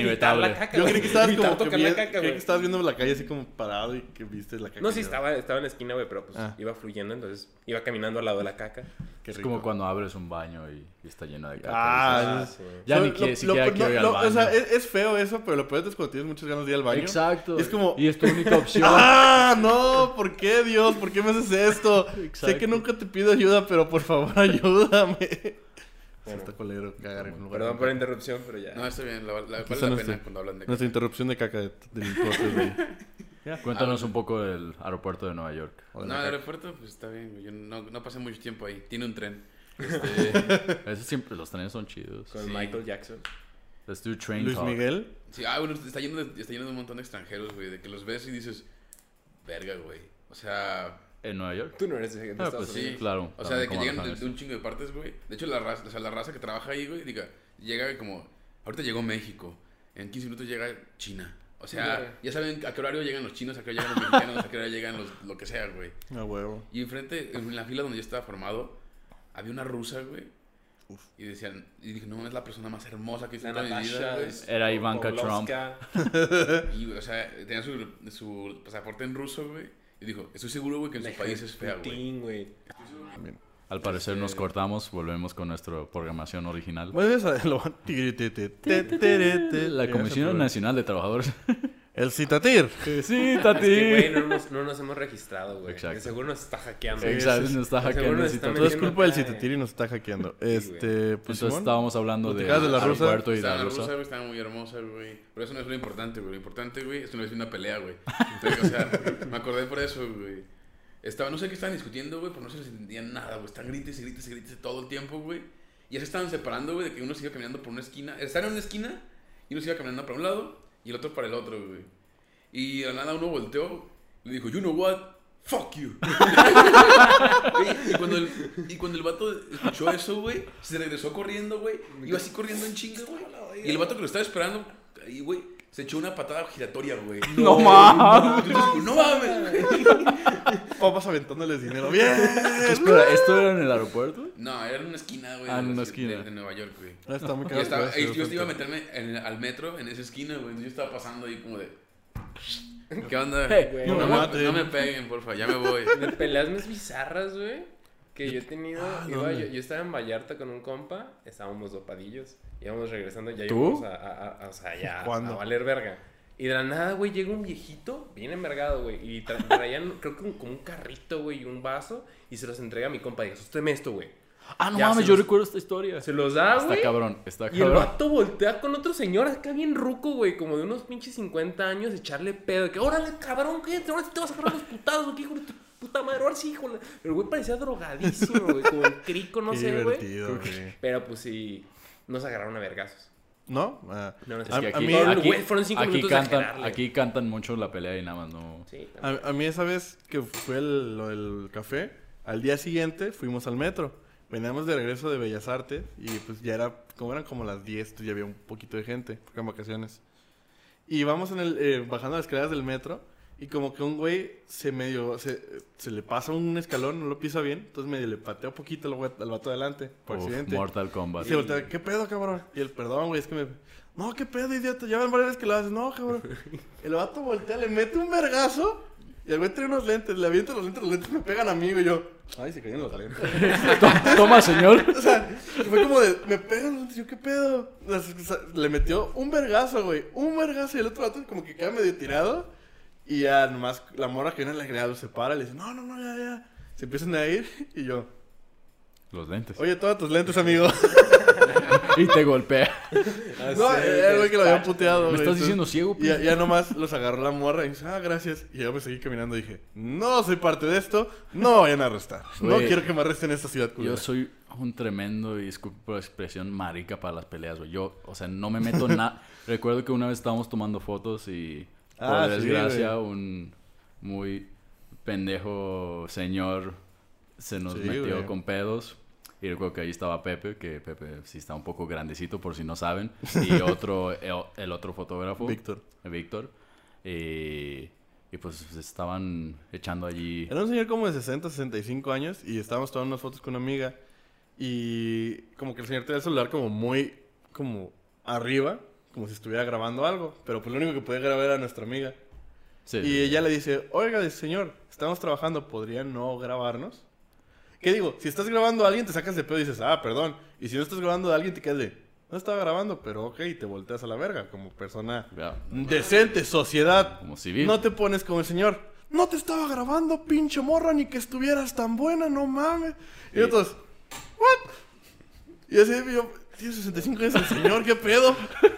S1: inevitable.
S4: caca,
S2: Yo
S4: güey.
S2: creí que estabas
S4: Evitar
S2: como que,
S4: tocar
S2: vi-
S4: la caca,
S2: creí
S4: güey.
S2: que estabas viendo la calle así como parado y que viste la caca.
S4: No, sí,
S2: que-
S4: estaba, estaba en la esquina, güey, pero pues
S2: Ah.
S4: iba fluyendo, entonces iba caminando al lado de la caca.
S2: Qué
S1: es
S2: rico.
S1: como cuando abres un baño y, y está lleno de caca.
S2: Ah,
S4: Ah,
S2: sí.
S4: sí.
S1: Ya
S2: Lo-
S1: ni
S2: lo-
S1: quiere-
S2: lo- pues,
S1: siquiera
S2: no,
S1: quiero ir al
S2: no, O sea,
S1: baño.
S2: es, es feo eso, pero lo peor es cuando tienes muchas ganas de ir al baño.
S1: Exacto.
S2: Y es como-
S1: Y es tu única opción.
S2: ¡Ah! No, ¿por qué, Dios? ¿Por qué me haces esto? Sé que
S1: Exacto.
S2: nunca te pido ayuda, pero por favor, ayúdame. Sí,
S4: Bueno,
S2: está colero cagar en un lugar.
S4: perdón
S2: con
S4: por la
S2: caca.
S4: interrupción, pero ya.
S3: No, está bien, la, la-
S2: Quizá
S3: vale la
S2: no
S3: pena
S2: esté.
S3: cuando hablan de caca.
S2: Nuestra interrupción de caca de, de mi corte, güey.
S1: Cuéntanos un poco del aeropuerto de Nueva York.
S2: O de
S3: No,
S2: la
S3: el
S2: caca.
S3: aeropuerto, pues está bien, güey. Yo no, no pasé mucho tiempo ahí. Tiene un tren. Este,
S1: Eso siempre, los trenes son chidos.
S4: Con
S3: sí.
S4: Michael Jackson.
S1: Let's do train
S2: Luis
S1: talk.
S2: Miguel.
S3: sí, ah, bueno, está lleno, de, está lleno de un montón de extranjeros, güey. De que los ves y dices, verga, güey. O sea,
S1: ¿En Nueva York?
S4: Tú no eres de, de
S1: Ah,
S4: Estados
S1: pues
S4: Unidos.
S3: sí.
S1: claro,
S3: O sea, de que
S1: también
S3: llegan
S1: como
S3: de,
S1: los
S3: de un chingo de partes, güey. De hecho, la raza, o sea, la raza que trabaja ahí, güey, diga, llega como, ahorita llegó México, en 15 minutos llega China. O sea,
S4: Verga.
S3: ya saben a qué horario llegan los chinos, a qué hora llegan los mexicanos, a qué hora llegan los, lo que sea, güey.
S2: A huevo.
S3: Y enfrente, en la fila donde yo estaba formado, había una rusa, güey. Y decían, y dije, no, es la persona más hermosa que he visto
S4: La
S3: en toda mi vida,
S4: Natasha.
S3: güey.
S4: es-
S1: Era Ivanka
S4: Pavlovska.
S3: Y, güey, o sea, tenía su, su pasaporte en ruso, güey. Y dijo, estoy seguro, güey, que en su
S4: Alejandro
S3: país es fea, güey.
S4: Putin, güey.
S1: Al parecer nos cortamos, volvemos con nuestra programación original.
S2: Bueno, esa- lo- tiri, ti, ti, ti, ti, ti, ti.
S1: La Comisión Nacional de Trabajadores.
S2: El citatir.
S1: sí,
S4: Es que, güey, no nos, no nos hemos registrado, güey.
S1: Exacto.
S4: De seguro nos está hackeando.
S1: Exacto,
S2: sí, sí.
S1: nos está
S4: Seguro
S1: hackeando.
S4: nos
S1: sí,
S4: está
S1: todo.
S2: Todo es
S4: metiendo
S2: culpa del
S4: acá, eh.
S2: citatir y nos está hackeando. Este, pues
S1: Entonces
S2: Simón.
S1: estábamos hablando de,
S2: Platicabas de la rusa.
S1: aeropuerto y de
S3: Estaba
S1: la
S3: la
S1: rusa.
S3: rusa, güey, estaba muy hermosa, güey. Pero eso no es lo importante, güey. Lo importante, güey, es que una vez vi una pelea, güey. Entonces, o sea, me acordé por eso, güey. Estaba, no sé qué estaban discutiendo, güey, pero no se les entendía nada, güey. Están grites y grites y grites todo el tiempo, güey. Y ya se estaban separando, güey, de que uno se iba caminando por una esquina. Estaban en una esquina y uno se iba caminando para un lado y el otro para el otro, güey. Y de la nada uno volteó y le dijo, you know what? Fuck you. Güey, y, cuando el, y cuando el vato escuchó eso, güey, se regresó corriendo, güey. Iba así corriendo en chinga, güey. Y el vato que lo estaba esperando, ahí, güey, se echó una patada giratoria, güey.
S1: No mames.
S3: Entonces, No mames, güey.
S2: Papas aventándoles dinero. ¡Bien!
S1: Espera, eh. ¿esto era en el aeropuerto?
S3: No, era en una esquina, güey.
S1: Ah, en
S3: de-
S1: una esquina.
S3: De, de Nueva York, güey.
S2: Ah, Está muy
S3: Y Yo,
S2: cagado. este.
S3: estaba, ahí- yo iba a meterme en- al metro en esa esquina, güey. Entonces yo estaba pasando ahí como de. ¿Qué onda?
S1: Hey,
S4: güey.
S1: no
S3: no,
S1: me
S3: me,
S2: maten.
S3: no me peguen, porfa, ya me voy.
S4: De peleas más bizarras, güey. Que yo he tenido. iba-
S2: Ah, ¿dónde?
S4: yo, yo estaba en Vallarta con un compa. Estábamos dopadillos. Íbamos regresando. Ya
S1: ¿Tú?
S4: íbamos a, a- a- o sea, ya
S2: ¿Cuándo?
S4: a valer verga. Y de la nada, güey, llega un viejito bien envergado, güey. Y tra- traían, creo que un- como un carrito, güey, y un vaso. Y se los entrega a mi compa. Dijo, sosténme esto, güey.
S1: Ah, no
S4: Ya
S1: mames,
S4: se
S1: yo
S4: nos-
S1: recuerdo esta historia.
S4: Se los da,
S1: Está
S4: güey.
S1: cabrón, está
S4: Y el
S1: cabrón.
S4: vato voltea con otro señor acá bien ruco, güey, como de unos pinches 50 años, echarle pedo. de Que, órale, cabrón, ¿qué? Ahora sí te vas a agarrar los putados, güey, hijo de tu puta madre, ahora sí, híjole. Pero, güey, parecía drogadísimo, güey, como un crico, no
S2: Qué
S4: sé, güey.
S2: divertido, güey.
S4: Pero, pues, sí, nos agarraron a vergazos.
S2: ¿No? Ah.
S4: No, no sé.
S1: Es que
S2: A- a
S1: aquí,
S2: mí-
S1: aquí-
S4: Güey, fueron cinco
S1: aquí
S4: minutos de
S1: cantan,
S4: generarle.
S1: aquí cantan mucho la pelea y nada más
S2: Ah,
S1: no.
S4: Sí, también.
S2: A, a mí esa vez que fue el, lo del café, al día siguiente fuimos al metro. Veníamos de regreso de Bellas Artes y pues ya era, como eran como las 10, entonces ya había un poquito de gente, porque eran vacaciones. Y vamos en el, eh, bajando las escaleras del metro y como que un güey se medio, se, se le pasa un escalón, no lo pisa bien, entonces medio le patea un poquito al, güey- al vato de adelante, por
S1: Uf,
S2: accidente.
S1: Mortal
S2: Y
S1: Kombat.
S2: se voltea, ¿qué pedo, cabrón? Y el perdón, güey, es que me. No, qué pedo, idiota. Ya van varias veces que lo haces. No, cabrón. El vato voltea, le mete un vergazo Y el güey trae unos lentes, le aviento los lentes, los lentes me pegan a mí, güey. Yo, ay, se cayeron los lentes.
S1: To- Toma, señor.
S2: O sea, fue como de, me pegan los lentes, yo, ¿qué pedo? Las- o sea, le metió un vergazo, güey. Un vergazo. Y el otro vato como que queda medio tirado. Y ya nomás la mora que viene la agregado se para y le dice, no, no, no, ya, ya. Se empiezan a ir y yo,
S1: Los lentes.
S2: oye, todas tus lentes, amigo.
S1: Y te golpea.
S2: No, era el güey que lo habían puteado,
S1: Me
S2: güey,
S1: estás diciendo
S2: entonces-
S1: ciego,
S2: Y ya,
S1: pues?
S2: ya nomás los agarró la morra y dice, ah, gracias. Y yo me seguí caminando y dije, no soy parte de esto, no me vayan a arrestar. No
S1: Güey,
S2: quiero que me arresten en esta ciudad culera.
S1: Yo soy un tremendo, y disculpe por la expresión, marica para las peleas, güey. Yo, o sea, no me meto en nada. Recuerdo que una vez estábamos tomando fotos y, por
S2: Ah, sí,
S1: desgracia, un muy pendejo señor se nos
S2: Sí,
S1: metió
S2: güey.
S1: con pedos. Y recuerdo que ahí estaba Pepe, que Pepe sí está un poco grandecito, por si no saben. Y otro, el, el otro fotógrafo.
S2: Víctor.
S1: Víctor. Y, y pues estaban echando allí...
S2: Era un señor como de 60, 65 años y estábamos tomando unas fotos con una amiga y como que el señor tenía el celular como muy, como arriba, como si estuviera grabando algo, pero pues lo único que podía grabar era nuestra amiga.
S1: Sí, sí,
S2: Y
S1: sí.
S2: ella le dice, oiga, dice, señor, estamos trabajando, ¿podría no grabarnos? ¿Qué digo? Si estás grabando a alguien, te sacas de pedo y dices, ah, perdón. Y si no estás grabando a alguien, te quedas de, no estaba grabando, pero ok, y te volteas a la verga como persona
S1: Ya,
S2: decente, sociedad.
S1: Como civil.
S2: No te pones como el señor. No te estaba grabando, pinche morra, ni que estuvieras tan buena, no mames. Y otros, ¿what? Y así yo, tiene 65 años el señor, ¿qué pedo?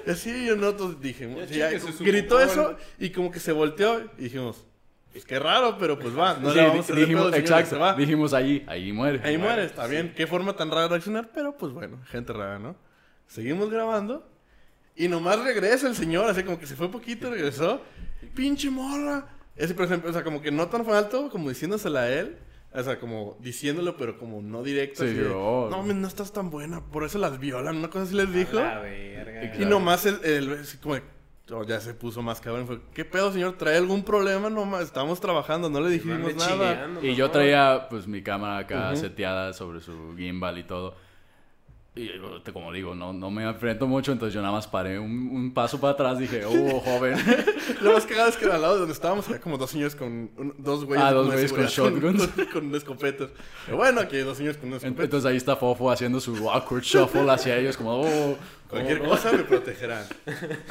S2: Y así yo nosotros dijimos,
S3: Ya
S2: y ya
S3: chingues, es un
S2: gritó
S3: botón.
S2: eso y como que se volteó y dijimos, pues qué raro, pero pues va, no
S1: Sí,
S2: le vamos
S1: di-
S2: a hacer
S1: dijimos,
S2: pedo al señor,
S1: exacto,
S2: se va.
S1: dijimos allí, ahí muere.
S2: Ahí muere, está bien. Qué forma tan rara de reaccionar, pero pues bueno, gente rara, ¿no? Seguimos grabando y nomás regresa el señor, así como que se fue poquito, regresó. ¡Pinche morra! Ese, por ejemplo, o sea, como que no tan alto, como diciéndosela a él. O sea, como diciéndolo, pero como no directo.
S1: Sí,
S2: así de,
S1: oh.
S2: No, men, no estás tan buena, por eso las violan, una cosa así les dijo.
S4: La verga.
S2: Y nomás el, el- así como, de, oh, ya se puso más cabrón. Fue, ¿qué pedo, señor? ¿Trae algún problema? No, ma, estamos trabajando, no le dijimos nada.
S1: Y yo traía pues mi cámara acá seteada sobre su gimbal y todo. Y te- como digo, no, no me enfrento mucho, entonces yo nada más paré un, un paso para atrás, dije, oh, joven.
S2: Lo más cagado es que al lado de donde estábamos había como dos señores con... un- dos güeyes,
S1: Ah,
S2: como
S1: dos
S2: de
S1: güeyes con
S2: seguridad,
S1: shotguns.
S2: Con, con escopetas. Pero bueno, aquí hay dos señores con unas
S1: Ent-
S2: escopetas.
S1: Entonces ahí está Fofo haciendo su awkward shuffle hacia ellos, como, oh,
S2: Cualquier
S1: oh,
S2: cosa me protegerán.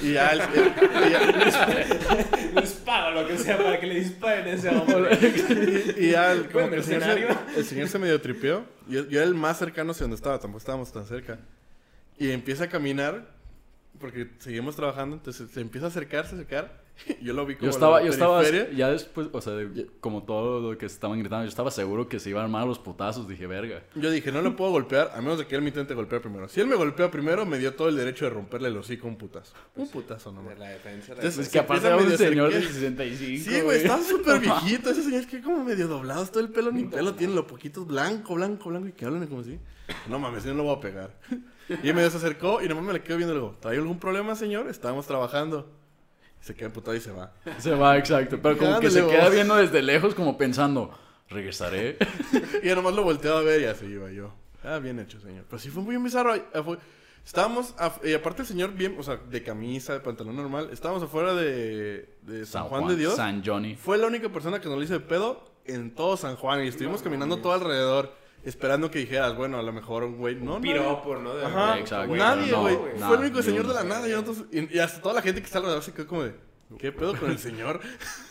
S2: Y ya... el- y ya-
S4: Les pago lo que sea para que le disparen a ese hombre.
S2: y ya el- como
S4: Buen
S2: que el señor,
S4: mercenario.
S2: se, el señor se medio tripeó. Yo, yo era el más cercano hacia donde estaba, tampoco estábamos tan cerca. Y empieza a caminar, porque seguimos trabajando, entonces se empieza a acercar, se acercar. Yo lo vi como
S1: Yo
S2: en la
S1: estaba, yo estaba,
S2: periferia.
S1: ya después, o sea, de- como todo lo que estaban gritando, yo estaba seguro que se iban a armar los putazos, dije, verga.
S2: Yo dije, no lo puedo golpear a menos de que él me intente golpear primero. Si él me golpea primero, me dio todo el derecho de romperle el hocico un putazo.
S1: Pues
S2: Un putazo nomás.
S4: La defensa.
S2: Entonces,
S1: Es
S2: se
S1: que aparte
S2: empieza
S1: era
S2: a
S1: un
S2: medio
S1: señor de
S2: acercar.
S1: 65.
S2: Sí, güey, está súper viejito. Ese señor es que como medio doblado, todo el pelo ni pelo tiene, lo poquito blanco, blanco, blanco. Y que hablan como así. No mames, yo no lo voy a pegar. Y medio se acercó y nomás me le quedo viendo luego. ¿Trae algún problema, señor? Estábamos trabajando. Se queda emputado y se va.
S1: Se va, exacto. Pero como que se
S2: Ándale,
S1: queda
S2: vos.
S1: viendo desde lejos, como pensando, regresaré.
S2: Y yo nomás lo volteaba a ver y así iba yo. Ah, bien hecho, señor. Pero sí fue muy bizarro. Ay, ah, fue- Estábamos, af- y aparte el señor bien, o sea, de camisa, de pantalón normal, estábamos afuera de, de San, Juan, de Dios.
S1: San Johnny.
S2: Fue la única persona que nos le hizo de pedo en todo San Juan y estuvimos caminando todo alrededor, esperando que dijeras, bueno, a lo mejor un güey, no, no.
S4: Piropo, ¿no? De-
S2: Ajá,
S1: Sí, exacto.
S4: güey,
S2: nadie,
S4: no,
S2: güey.
S4: güey.
S2: fue el
S1: No,
S2: único
S1: ni
S2: señor de
S1: uno.
S2: la nada. Y, nosotros- y- y hasta toda la gente que está alrededor se quedó como de, ¿qué pedo con el señor?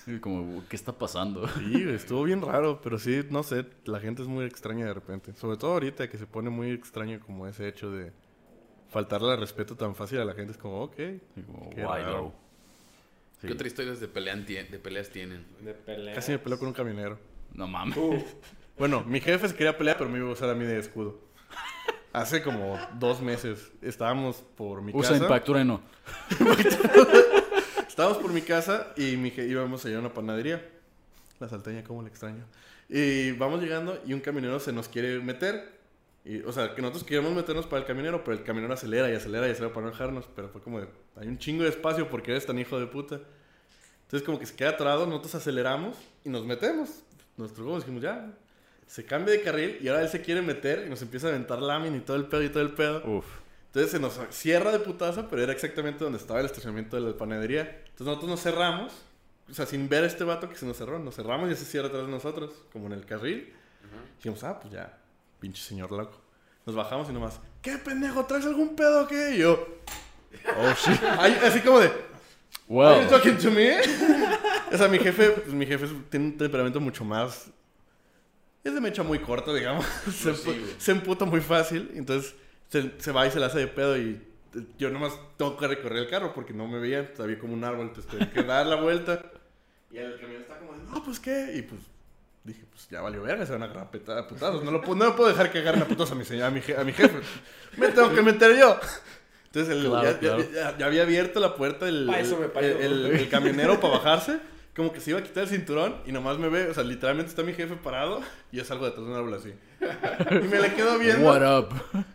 S1: Y Como, ¿qué está pasando?
S2: Sí, güey, estuvo bien raro, pero sí, no sé, la gente es muy extraña de repente. Sobre todo ahorita que se pone muy extraño como ese hecho de faltarle al respeto tan fácil a la gente. Es como, ok.
S1: Y como,
S2: Qué
S1: "Why
S2: raro".
S1: no?" Sí.
S3: ¿Qué otras historias de, pelean tie- de peleas tienen?
S4: De pelea.
S2: Casi me peleó con un camionero.
S1: No mames.
S2: Bueno, mi jefe se quería pelear, pero me iba a usar a mí de escudo. Hace como dos meses estábamos por mi
S1: Usa
S2: casa.
S1: impactura y no.
S2: Estábamos por mi casa y mi je- íbamos a ir a una panadería. La salteña, como le extraño. Y vamos llegando y un camionero se nos quiere meter. Y, o sea, que nosotros queríamos meternos para el camionero, pero el camionero acelera y acelera y acelera para no dejarnos. Pero fue como de, hay un chingo de espacio porque eres tan hijo de puta. Entonces como que se queda atorado, nosotros aceleramos y nos metemos. Nos trucamos, dijimos ya. Se cambia de carril y ahora él se quiere meter y nos empieza a aventar lámina y todo el pedo y todo el pedo.
S1: Uf.
S2: Entonces se nos cierra de putazo, pero era exactamente donde estaba el estacionamiento de la panadería. Entonces nosotros nos cerramos, o sea, sin ver a este vato que se nos cerró. Nos cerramos y se cierra atrás de nosotros, como en el carril. Dijimos, ah, pues ya, pinche señor loco. Nos bajamos y nomás, ¿qué pendejo? ¿Traes algún pedo o qué? Y yo, oh shit. Ay, así como de, ¿Are you
S1: Well,
S2: talking to me? o sea, mi jefe, pues, mi jefe es- tiene un temperamento mucho más. Es de mecha muy corta, digamos. se,
S3: sí,
S2: empu-
S3: güey.
S2: se emputa muy fácil. Entonces se, se va y se la hace de pedo. Y eh, yo nomás tengo que recorrer el carro porque no me veía. Sabía como un árbol. Entonces tenía que dar la vuelta. Y el camión está como de, no, pues qué. Y pues dije, pues ya valió verga. Se van a agarrar a peta- a putazos. No, lo, puedo- no me puedo dejar que agarren a putazos a mi, se- a mi, je- a mi jefe. Me tengo que meter yo. Entonces el-
S1: Claro,
S2: ya- ya-
S1: claro.
S2: ya, ya había abierto la puerta del
S4: Pa' eso me
S2: el,
S4: parió.
S2: el- el camionero para bajarse. Como que se iba a quitar el cinturón y nomás me ve, o sea, literalmente está mi jefe parado y yo salgo detrás de un árbol así. Y me le quedo viendo.
S1: what up?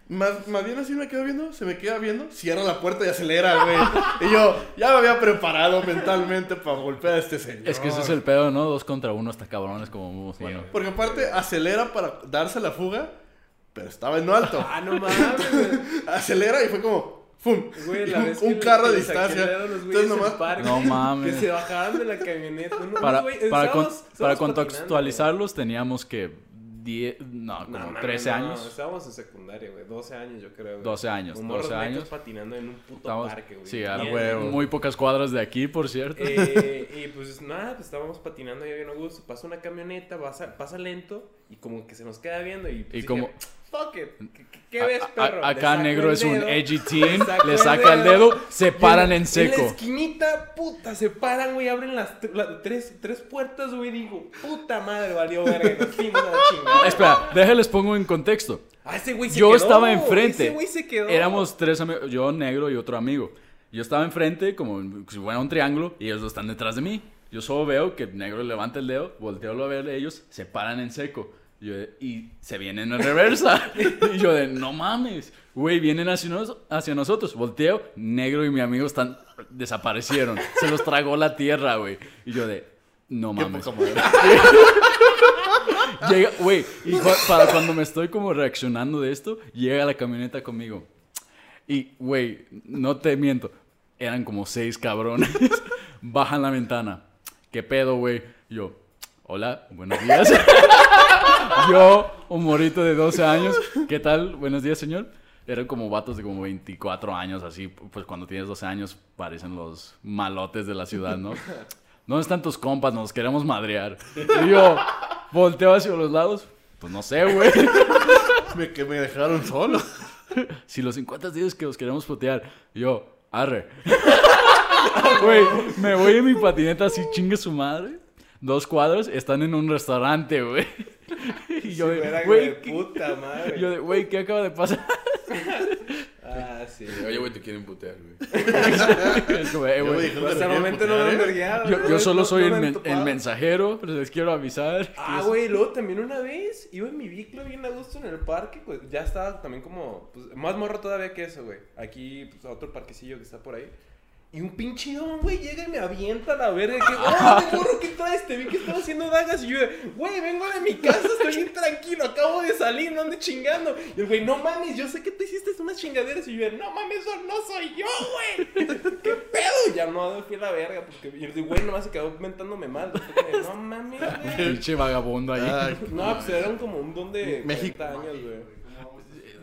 S2: Más, más bien así me quedo viendo, se me queda viendo, cierra la puerta y acelera, güey. Y yo ya me había preparado mentalmente para golpear a este señor.
S1: Es que ese es el pedo, ¿no? Dos contra uno hasta cabrones como bueno.
S2: Porque aparte acelera para darse la fuga, pero estaba en lo alto.
S4: Ah, no mames, güey.
S2: acelera y fue como, ¡fum!
S4: Güey,
S2: Y
S4: la
S2: un,
S4: vez
S2: un
S4: que-
S2: carro a
S4: que le saqué el
S2: distancia.
S4: dedo a los güeyes
S2: Entonces
S4: en el
S2: nomás
S4: parque,
S1: No mames.
S4: Que se bajaron de la camioneta. No,
S1: Para,
S4: güey, eh,
S1: para,
S4: estábamos-
S1: con-
S4: estábamos
S1: para
S4: patinando,
S1: contextualizarlos teníamos que 10, no,
S4: güey. No,
S1: como
S4: mames,
S1: 13
S4: no,
S1: años.
S4: estábamos en secundaria, güey. 12 años, yo creo. güey.
S1: 12 años,
S4: Como morros
S1: 12
S4: netos
S1: años.
S4: patinando en un puto
S1: Estamos-
S4: parque, güey.
S1: sí, a
S4: Bien,
S2: huevo.
S1: muy pocas cuadras de aquí, por cierto.
S4: Eh, y pues nada, pues estábamos patinando ya bien a gusto. Pasa una camioneta, pasa, pasa lento y como que se nos queda viendo. Y, pues,
S1: Y como-
S4: dije, Fuck it, ¿qué- ¿qué, qué
S1: A-
S4: ves,
S1: a-
S4: perro? Le
S1: acá
S4: saco
S1: negro
S4: el
S1: es un
S4: dedo,
S1: edgy teen,
S4: saco
S1: le
S4: el
S1: saca el
S4: dedo,
S1: dedo, se paran en
S4: En la
S1: seco.
S4: esquinita, puta, se paran, güey, abren las tr- la- tres, tres puertas, güey, digo, puta madre, valió verga, nos fuimos a la chingada.
S1: Espera, déjales pongo en contexto.
S4: Ah, ese güey se
S1: yo
S4: quedó,
S1: estaba enfrente.
S4: Ese güey se quedó.
S1: Éramos tres amigos, yo negro y otro amigo. Yo estaba enfrente, como si fuera un triángulo, y ellos dos están detrás de mí. Yo solo veo que negro levanta el dedo, volteo a ver ellos, se paran en seco. Yo de- y se vienen en reversa. y yo de, no mames, güey, vienen hacia, nos- hacia nosotros. Volteo, negro y mi amigo están, desaparecieron. Se los tragó la tierra, güey. Y yo de, no
S2: Qué
S1: mames.
S2: poca madre.
S1: Llega, güey, y cua- para cuando me estoy como reaccionando de esto, llega la camioneta conmigo. Y, güey, no te miento, eran como seis cabrones. Bajan la ventana. ¿Qué pedo, güey? Yo, hola, buenos días. Yo, un morito de 12 años, ¿qué tal? Buenos días, señor. Eran como vatos de como 24 años, así, pues cuando tienes 12 años parecen los malotes de la ciudad, ¿no? ¿Dónde están tus compas? Nos queremos madrear. Y yo, volteo hacia los lados, pues no sé, güey.
S2: Me, que me dejaron solo.
S1: Si los 50 dices que los queremos putear, yo, arre. Güey, me voy en mi patineta así, chingue su madre. Dos cuadros, están en un restaurante, güey. Y yo, de,
S4: Verga,
S1: güey, ¿qué-
S4: puta madre.
S1: yo de, güey, ¿qué acaba de pasar?
S4: Ah, sí.
S3: Oye, güey, te quieren putear, güey.
S1: Es como, eh,
S2: Yo
S1: güey,
S2: me dijeron
S4: Hasta
S2: que
S4: el
S2: me
S4: momento no
S2: querían putear,
S4: me han
S2: ¿eh?
S4: vergueado,
S1: yo,
S4: güey,
S1: yo solo
S4: no-
S1: soy
S4: no
S1: el,
S4: me han
S1: men- el
S4: topado.
S1: mensajero, pero les quiero avisar.
S4: Ah, güey, luego también una vez iba en mi biclo bien a gusto en el parque, pues ya estaba también como, pues, más morro todavía que eso, güey. Aquí, pues, a otro parquecillo que está por ahí. Y un pinche don, güey, llega y me avienta a la verga. Que, ¡Oh, morro, qué traes! Te vi que estaba haciendo dagas. Y yo, güey, vengo de mi casa, estoy bien tranquilo, acabo de salir, no ande chingando. Y el güey, no mames, yo sé que tú hiciste unas chingaderas. Y yo, no mames, eso no soy yo, güey. ¿Qué pedo? Ya no, fui a la verga. Porque, y el güey nomás se quedó mentándome mal. Fue como, No mames, güey.
S1: Pinche vagabundo ahí.
S2: Ay, qué
S4: No, pues eran como un don de
S2: México.
S4: 40 años, güey.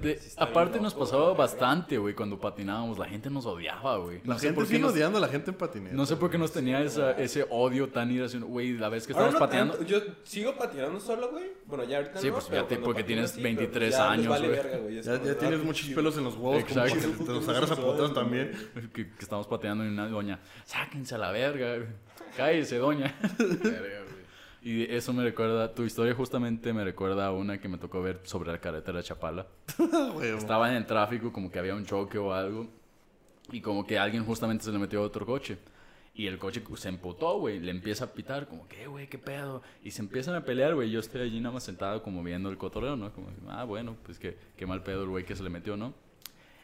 S1: De-
S4: sí está bien
S1: aparte nos
S4: loco,
S1: pasaba
S4: güey.
S1: bastante, güey, cuando patinábamos. La gente nos odiaba, güey.
S2: La
S1: No sé
S2: gente
S1: por qué
S2: sigue
S1: nos...
S2: odiando a la gente en patineta.
S1: No sé por qué nos tenía esa- ese odio tan irracional. Güey, la vez que
S4: Ahora
S1: estábamos
S4: no
S1: pateando.
S4: tanto, Yo sigo patinando solo, güey. Bueno, ya ahorita
S1: Sí,
S4: no.
S1: pues,
S4: pero
S1: ya te-
S4: cuando
S1: porque
S4: patino
S1: tienes
S4: sí, pero
S1: 23
S4: ya les
S1: años,
S4: vale
S1: güey.
S4: verga, güey. Es
S2: Ya,
S4: como,
S2: ya
S4: ah,
S2: tienes
S4: qué
S2: muchos
S4: chido.
S2: pelos en los huevos. como
S1: Exacto.
S2: que te los agarras a putazos también.
S1: Que, que estamos pateando y una doña. Sáquense a la verga. güey. Cállese, doña.
S3: Verga, güey.
S1: Y eso me recuerda. Tu historia justamente me recuerda a una que me tocó ver sobre la carretera de Chapala.
S2: Ah, huevo.
S1: Estaba en el tráfico, como que había un choque o algo. Y como que alguien justamente se le metió a otro coche. Y el coche se emputó, güey. Le empieza a pitar, como, ¿qué, güey? ¿Qué pedo? Y se empiezan a pelear, güey. Yo estoy allí nada más sentado, como viendo el cotorreo, ¿no? Como, ah, bueno, pues qué, qué mal pedo el güey que se le metió, ¿no?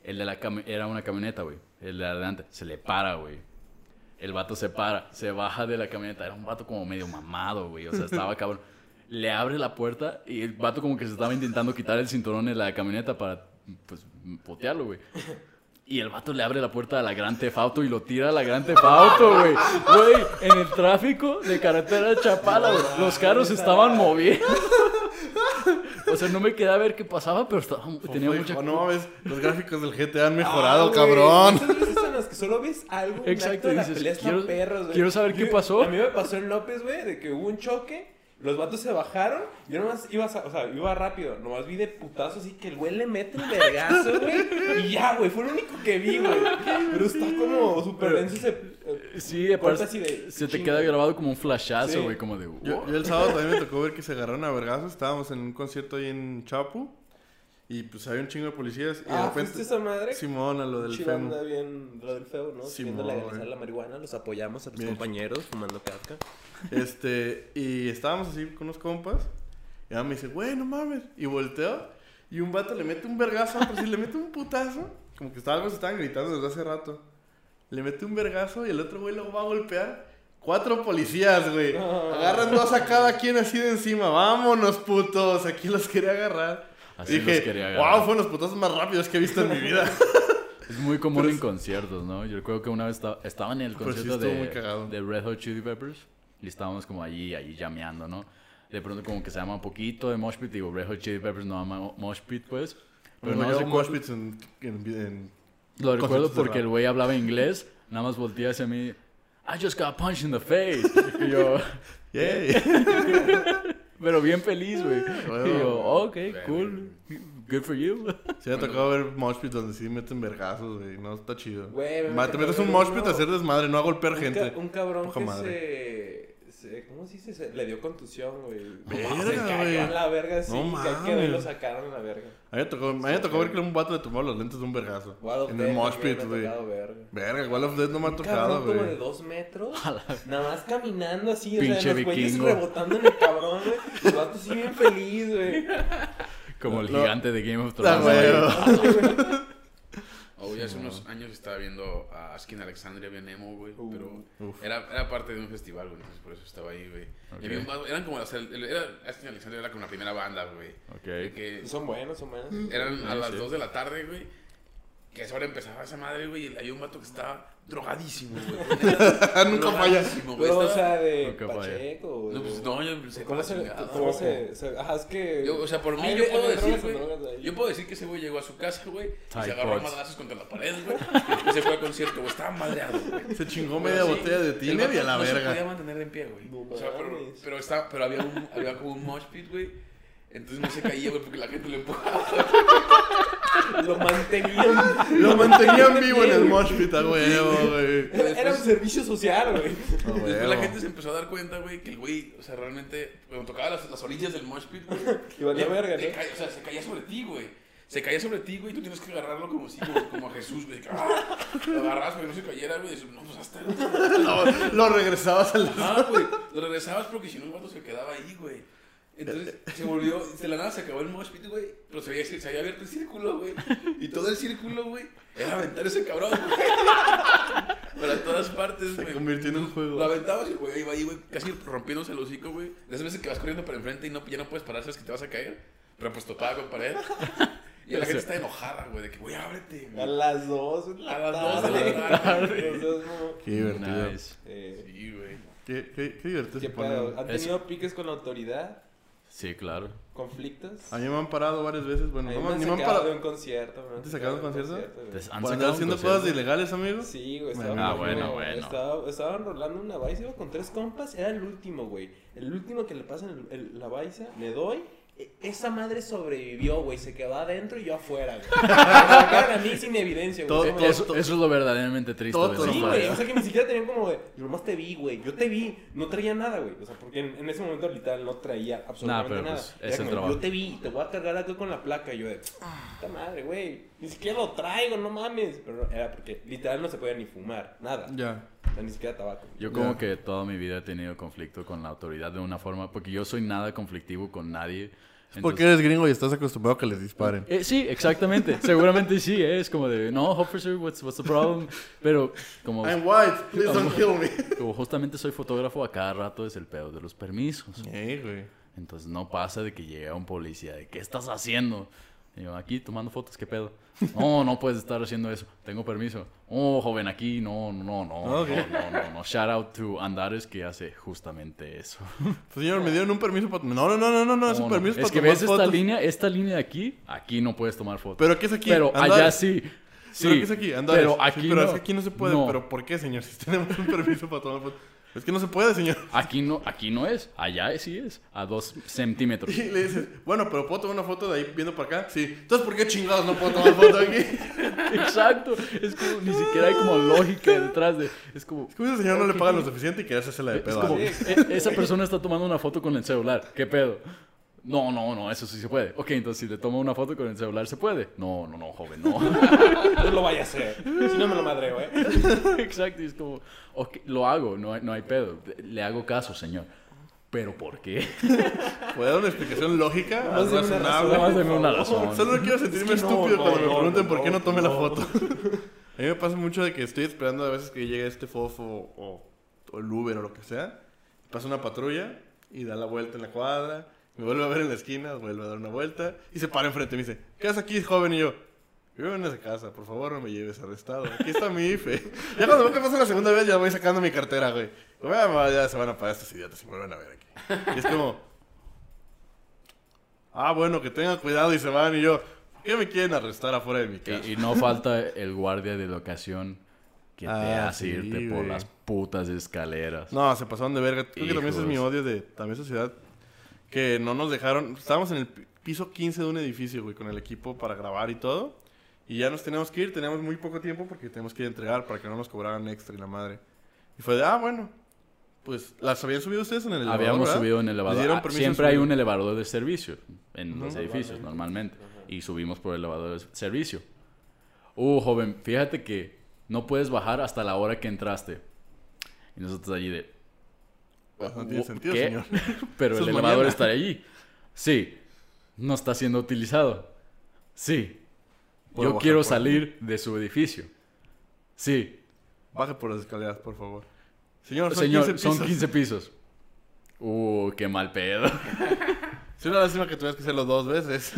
S1: El de la cami- era una camioneta, güey. El de adelante. Se le para, güey. El vato se para, se baja de la camioneta. Era un vato como medio mamado, güey. O sea, estaba cabrón. Le abre la puerta y el vato como que se estaba intentando quitar el cinturón de la camioneta para, pues, putearlo, güey. Y el vato le abre la puerta a la Gran Tefauto y lo tira a la Gran Tefauto, güey. Güey, en el tráfico de carretera de Chapala, güey, los carros se estaban moviendo. O sea, no me quedé a ver qué pasaba, pero estaba, tenía
S2: Oye,
S1: mucha...
S2: hijo, No ves, los gráficos del GTA
S4: Ah,
S2: han mejorado, cabrón.
S4: Esas veces en las que solo ves algo, un
S1: Exacto,
S4: acto de la
S1: dices,
S4: pelea están
S1: quiero-
S4: perros, güey.
S1: quiero saber qué
S4: Yo-
S1: pasó.
S4: A mí me pasó en López, güey, de que hubo un choque, los vatos se bajaron, yo nomás iba, sa- o sea, iba rápido, nomás vi de putazo así que el güey le mete un vergazo, güey, y ya, güey, fue lo único que vi, güey. Pero está como súper denso ese... eh,
S1: Sí,
S4: Corta
S1: aparte,
S4: así de-
S1: se te
S4: chinga.
S1: queda grabado como un flashazo,
S4: Sí.
S1: güey, como de...
S2: Yo, yo el sábado también me tocó ver que se agarraron a vergazos. Estábamos en un concierto ahí en Chapu. Y pues había un chingo de policías. Y de
S4: Ah, ¿fuiste
S2: repente.
S4: esa madre?
S2: Simón, a lo del
S4: Chiva
S2: femo.
S4: anda bien, lo del feo, ¿no?
S2: Simón,
S4: Queriendo legalizar
S2: güey.
S4: la marihuana, los apoyamos a los
S2: Bien.
S4: compañeros fumando casca.
S2: Este, y estábamos así con unos compas. Y ahora me dice, güey, no mames. Y volteo. Y un vato le mete un vergazo a otro. Sí, le mete un putazo. Como que estaba, algo se estaban gritando desde hace rato. Le mete un vergazo y el otro güey lo va a golpear. Cuatro policías, güey.
S4: No.
S2: Agarran dos a cada quien así de encima. Vámonos, putos. Aquí los quería agarrar.
S1: Así los
S2: Dije,
S1: quería agarrar.
S2: wow, fueron los putazos más rápidos que he visto en mi vida.
S1: Es muy común
S2: Pero
S1: en
S2: es-
S1: conciertos, ¿no? Yo recuerdo que una vez esta- estaba en el
S2: Pero sí
S1: concierto
S2: estuvo muy
S1: de,
S2: cagado.
S1: de Red Hot Chili Peppers y estábamos como allí, allí llameando, ¿no? De pronto como que se llama un poquito de mosh pit, digo, Red Hot Chili Peppers no ama mosh pit, pues. Pero no,
S2: no,
S1: más
S2: yo hago mosh
S1: recuerdo,
S2: pits en, en- en-
S1: lo recuerdo
S2: conciertos de
S1: porque
S2: rap.
S1: el güey hablaba inglés, nada más voltea hacia mí, I just got punched in the face. Y yo,
S2: Yeah.
S1: pero bien feliz, güey.
S2: Ah,
S1: Y yo, ok, cool, good for you.
S2: Sí, me ha tocado ver moshpits donde sí meten vergazos, güey. No, está chido.
S4: Güey, me
S2: Ma-
S4: tocó
S2: te metes
S4: ver
S2: un moshpit
S4: uno-
S2: a hacer desmadre, no a golpear
S4: Un
S2: gente.
S4: ca- un cabrón
S2: Poca
S4: que se, se- ¿Cómo se dice? Se- le dio contusión, güey.
S2: Verga,
S4: se cayó
S2: güey.
S4: en la verga, sí.
S2: No
S4: que ahí quedó y
S2: mames.
S4: lo sacaron a la verga.
S2: A mí me tocó, a mí me
S4: Sí,
S2: tocó
S4: güey.
S2: ver que un vato le tomó los lentes de un vergazo.
S4: Wild of
S2: En
S4: Death
S2: el moshpit,
S4: también me ha
S2: güey.
S4: tocado verga.
S2: Verga, Wall of Death no me ha
S4: Un cabrón
S2: tocado,
S4: como de
S2: güey.
S4: dos metros, nada más caminando así, o
S1: Pinche
S4: sea, los güeyes
S1: vikingo.
S4: rebotando en el cabrón, güey. El vato sí bien feliz, güey.
S1: Como el
S2: No.
S1: gigante de Game of
S2: Ah,
S1: Thrones.
S2: güey.
S1: güey.
S3: Oh, ya hace unos años estaba viendo a Askin Alexandria bien emo, güey.
S4: Uh,
S3: pero
S2: uf.
S3: era, era parte de un festival, güey. Entonces por eso estaba ahí, güey.
S1: Ok.
S3: Y había un vato- eran como las. el- el- Era, Askin Alexandria era como la primera banda, güey. De
S1: Ok.
S3: que
S4: Son buenos, son buenos.
S2: Mm.
S3: eran a
S1: Sí,
S3: las
S1: sí.
S3: 2 de la tarde, güey. Que a esa hora empezaba esa madre, güey. Y había un vato que estaba drogadísimo, güey.
S2: Nunca falla.
S4: Pero,
S3: Drogadísimo, güey.
S4: Pues, o
S3: Estaba-
S4: sea, de
S1: Nunca falla.
S4: Pacheco, güey.
S3: No, pues no, yo pensé
S4: ¿Cómo se, cómo se, se- Ajá, es que...
S3: Yo, o sea, por mí
S4: Ahí
S3: yo
S4: hay
S3: puedo
S4: drogas
S3: decir,
S4: en drogas
S3: güey.
S4: ahí.
S3: Yo puedo decir que ese güey llegó a su casa, güey, y se
S1: Ay,
S3: agarró a
S1: pots.
S3: madrazos contra la pared, güey. Y se fue al concierto, güey. Estaba madreado, güey.
S2: Se chingó
S3: Pero
S2: media
S3: sí,
S2: botella de
S3: el
S2: tiner y
S3: vato
S2: a la
S3: no Se podía
S2: verga.
S3: mantener en pie, güey.
S4: No
S3: o sea, pero,
S4: mames.
S3: pero, estaba, pero había, un, había como un mosh pit, güey. Entonces no se caía, güey, porque la gente lo empujaba.
S4: Lo mantenían.
S2: Lo mantenían vivo en el moshpit, a huevo, güey.
S4: Era, era un servicio social,
S2: A
S4: güey.
S3: Después
S2: huevo.
S3: la gente se empezó a dar cuenta, güey, que el güey, o sea, realmente, cuando tocaba las, las orillas del mosh pit, güey,
S4: Y valía
S3: te-
S4: verga,
S3: te
S4: ¿no?
S3: cae- o sea, se caía sobre ti, güey. Se caía sobre ti, güey, y tú tienes que agarrarlo como si, como, como a Jesús, güey. que, ah, Lo agarras para que no se cayera, güey, y dices, no, pues hasta...
S2: Lo, lo regresabas al.
S3: Ah, güey, lo regresabas porque si no el vato se quedaba ahí, güey. Entonces se volvió, de la nada se acabó el mosh pit, güey, pero se había, se había abierto el círculo, güey. Y todo el círculo, güey, era aventar ese cabrón, güey. Para todas partes,
S2: Se
S3: güey.
S2: convirtió en un
S3: Lo
S2: juego.
S3: aventabas y el güey iba ahí, güey, casi rompiéndose el hocico, güey. De esas veces que vas corriendo para enfrente y no, ya no puedes parar, sabes que te vas a caer. Pero pues topaba con pared. Y la gente está enojada, güey, de que, güey, ábrete,
S4: A
S3: güey.
S4: las dos. en la
S3: A las dos de
S4: tarde.
S3: la tarde.
S4: Entonces, como,
S2: Qué divertido.
S1: Nice.
S4: eh,
S3: Sí, güey.
S2: Qué, qué, qué divertido
S4: ¿qué
S2: se pone.
S4: pedo? ¿Han
S1: Es-
S4: tenido piques con la autoridad?
S1: Sí, claro.
S4: ¿Conflictos?
S2: A mí me han parado varias veces. Bueno,
S4: A mí
S2: no,
S4: me han
S2: ni me han
S4: sacado
S2: parado.
S4: de un concierto. me han
S2: ¿Te sacaron
S4: sacado de
S2: un concierto?
S4: güey.
S1: ¿Te han
S2: Por andar
S1: sacado un
S2: haciendo
S1: concierto?
S2: cosas ilegales, amigo?
S4: Sí, güey.
S2: Me
S4: Estaba,
S2: imagino.
S4: muy
S1: Ah,
S4: bueno,
S1: bueno, bueno.
S4: Estaba, estaba enrolando una baisa, iba con tres compas, era el último, güey. El último que le pasa en el- el- la baisa, le doy. e- Esa madre sobrevivió, güey. Se quedó adentro y yo afuera, güey. Me sacaron a mí sin evidencia, güey.
S2: Todo-
S4: Se me-
S2: todo-
S1: Eso, eso es lo verdaderamente triste.
S2: Todo
S1: de
S2: tu
S1: la
S4: Sí,
S2: Pero
S4: güey,
S1: madre.
S4: o sea que ni siquiera tenían como de, yo nomás te vi, güey, yo te vi, no traía nada, güey, o sea, porque en, en ese momento literal no traía absolutamente
S1: pero
S4: nada.
S1: pues,
S4: Era
S1: es el
S4: como,
S1: trabajo.
S4: Yo te vi, te voy a cargar acá con la placa, y yo de, puta madre, güey, ni siquiera lo traigo, no mames, pero era porque literal no se podía ni fumar, nada,
S2: Ya.
S4: O sea, ni siquiera tabaco.
S1: Yo como
S2: Ya.
S1: que toda mi vida he tenido conflicto con la autoridad de una forma, porque yo soy nada conflictivo con nadie.
S2: Es porque eres gringo y estás acostumbrado a que les disparen.
S1: Entonces- Eh, sí, exactamente. Seguramente sí, eh, es como de, no, officer, what's, what's the problem? Pero como,
S2: I'm white, please don't kill me.
S1: como justamente soy fotógrafo, a cada rato es el pedo de los permisos.
S2: Eh, güey.
S1: Entonces no pasa de que llegue un policía, de, ¿qué estás haciendo? Y yo, aquí tomando fotos, ¿qué pedo? No, no puedes estar haciendo eso. Tengo permiso. Oh, joven, aquí no, no, no,
S2: Ok.
S1: no, no, no, no. Shout out to Andares que hace justamente eso.
S2: Pues, Señor, me dieron un permiso para... No, no, no, no, no, no, es
S1: No,
S2: un
S1: no.
S2: permiso para
S1: Es que
S2: tomar
S1: ves
S2: fotos.
S1: esta línea, esta línea de aquí, aquí no puedes tomar fotos.
S2: ¿Pero qué es aquí?
S1: Pero
S2: Andares.
S1: allá sí. Sí,
S2: ¿Pero qué es aquí? Andares.
S1: Pero
S2: Sí,
S1: aquí
S2: pero
S1: no.
S2: es que aquí no se puede.
S1: No.
S2: ¿Pero por qué, señor? Si tenemos un permiso para tomar fotos. Es que no se puede, señor.
S1: Aquí no, aquí no es, allá sí es, a dos centímetros.
S2: Y le dices, bueno, pero ¿puedo tomar una foto de ahí viendo para acá? Sí. Entonces, ¿por qué chingados no puedo tomar foto aquí?
S1: Exacto, es como ni siquiera hay como lógica detrás de, es como,
S2: ¿Cómo ese señor no le paga lo suficiente y quería hacerse la de
S1: es
S2: pedo?
S1: como,
S2: a alguien?
S1: "E- esa persona está tomando una foto con el celular, ¿qué pedo? No, no, no, eso sí se puede. Ok, entonces si le toma una foto con el celular se puede. No, no, no, joven, no.
S4: No lo vaya a hacer. Si no me lo madreo, eh.
S1: Exacto, y es como, ok, lo hago, no hay, no hay pedo, le hago caso, señor. Pero ¿por qué?
S2: ¿Puede dar una explicación lógica?
S4: Nomás dime una
S2: razonable?
S4: razón.
S1: Nada más deme una razón.
S2: Solo no quiero sentirme
S4: Es que no,
S2: estúpido
S4: no,
S2: cuando me
S4: no,
S2: pregunten
S4: no,
S2: por qué no tomé la
S4: no.
S2: foto. a mí me pasa mucho de que estoy esperando a veces que llegue este fofo o, o el Uber o lo que sea. Pasa una patrulla y da la vuelta en la cuadra. Me vuelve a ver en la esquina, vuelve a dar una vuelta y se para enfrente y me dice, ¿qué haces aquí, joven? Y yo, vivo en esa casa, por favor no me lleves arrestado. Aquí está mi IFE. ya cuando veo que pasa la segunda vez ya voy sacando mi cartera, güey. Como, "Ah, ya se van a pagar estos idiotas y me vuelven a ver aquí. Y es como... Ah, bueno, que tengan cuidado y se van. Y yo, ¿por qué me quieren arrestar afuera de mi casa?
S1: Y, y no falta el guardia de locación que te
S2: Ah,
S1: hace
S2: sí,
S1: irte por
S2: güey.
S1: las putas escaleras.
S2: No, se pasaron de verga. Creo que también ese es mi
S1: Hijos.
S2: odio de también sociedad. Que no nos dejaron. Estábamos en el pi- piso 15 de un edificio, güey, con el equipo para grabar y todo. Y ya nos teníamos que ir. Teníamos muy poco tiempo porque teníamos que ir a entregar para que no nos cobraran extra y la madre. Y fue de, ah, bueno. Pues, ¿las habían subido ustedes en el elevador?
S1: Habíamos
S2: verdad?
S1: subido en el
S2: ¿Les
S1: elevador.
S2: dieron
S1: Ah,
S2: permiso de
S1: Siempre hay
S2: subir?
S1: un elevador de servicio en los edificios normalmente. Y subimos por el elevador de servicio. Uh, joven, fíjate que no puedes bajar hasta la hora que entraste. Y nosotros allí de...
S2: Pues, no tiene
S1: "Uh,
S2: sentido,
S1: ¿qué?".
S2: señor.
S1: Pero
S2: Eso
S1: el
S2: es
S1: elevador
S2: mañana.
S1: está allí. Sí. No está siendo utilizado. Sí. Yo
S2: Puedo bajar
S1: quiero
S2: por aquí.
S1: salir de su edificio. Sí.
S2: Baje por las escaleras, por favor. Señor, son
S1: Señor,
S2: 15
S1: son
S2: pisos.
S1: 15 pisos. Uh, qué mal pedo.
S2: Es una lástima que tuvieras que hacerlo dos veces.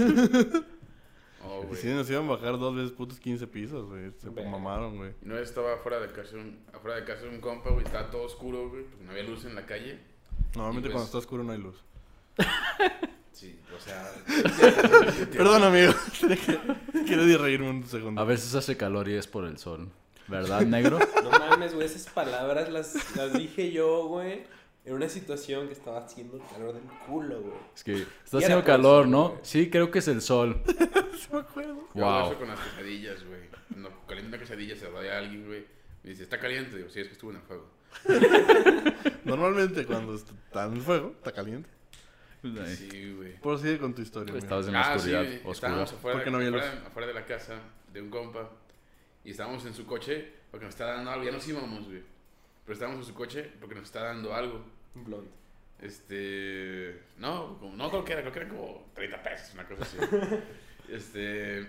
S3: Oh,
S2: Y
S3: güey.
S2: sí, nos iban a bajar dos veces putos 15 pisos, güey. Se
S4: Verga.
S2: mamaron, güey.
S3: No estaba afuera de casa, de un, afuera de casa de un compa, güey. Estaba todo oscuro, güey. Porque no había luz en la calle.
S2: Normalmente
S3: Y pues-
S2: cuando está oscuro no hay luz.
S3: Sí, o sea.
S2: Perdón, amigo. Quiero ir reírme un segundo.
S1: A veces hace calor y es por el sol. ¿Verdad, negro?
S4: No mames, güey, esas palabras las, las dije yo, güey. En una situación que estaba haciendo calor del culo, güey.
S1: Es que
S4: Y
S1: está
S4: era
S1: haciendo
S4: por el
S1: calor,
S4: sol,
S1: ¿no?
S4: güey.
S1: Sí, creo que es el sol.
S2: me acuerdo.
S3: Wow.
S1: Wow.
S3: Eso con las quesadillas, güey. No, caliente una quesadilla, se la doy a alguien, güey. Me dice, ¿está caliente? Digo, sí, es que estuvo en el fuego.
S2: Normalmente cuando está en el fuego, está caliente.
S1: Ay,
S3: Sí, güey.
S2: Por sigue con tu historia, amigo.
S1: Estabas en la oscuridad,
S3: güey,
S1: oscuro.
S3: Ah, Estábamos afuera,
S2: Porque no había
S3: afuera- afuera de la casa de un compa y estábamos en su coche porque nos está dando algo. Ya nos íbamos, güey. Pero estábamos en su coche porque nos está dando algo.
S4: Un blond.
S3: Este. No, como- no creo que era, creo que era como 30 pesos, una cosa así. este.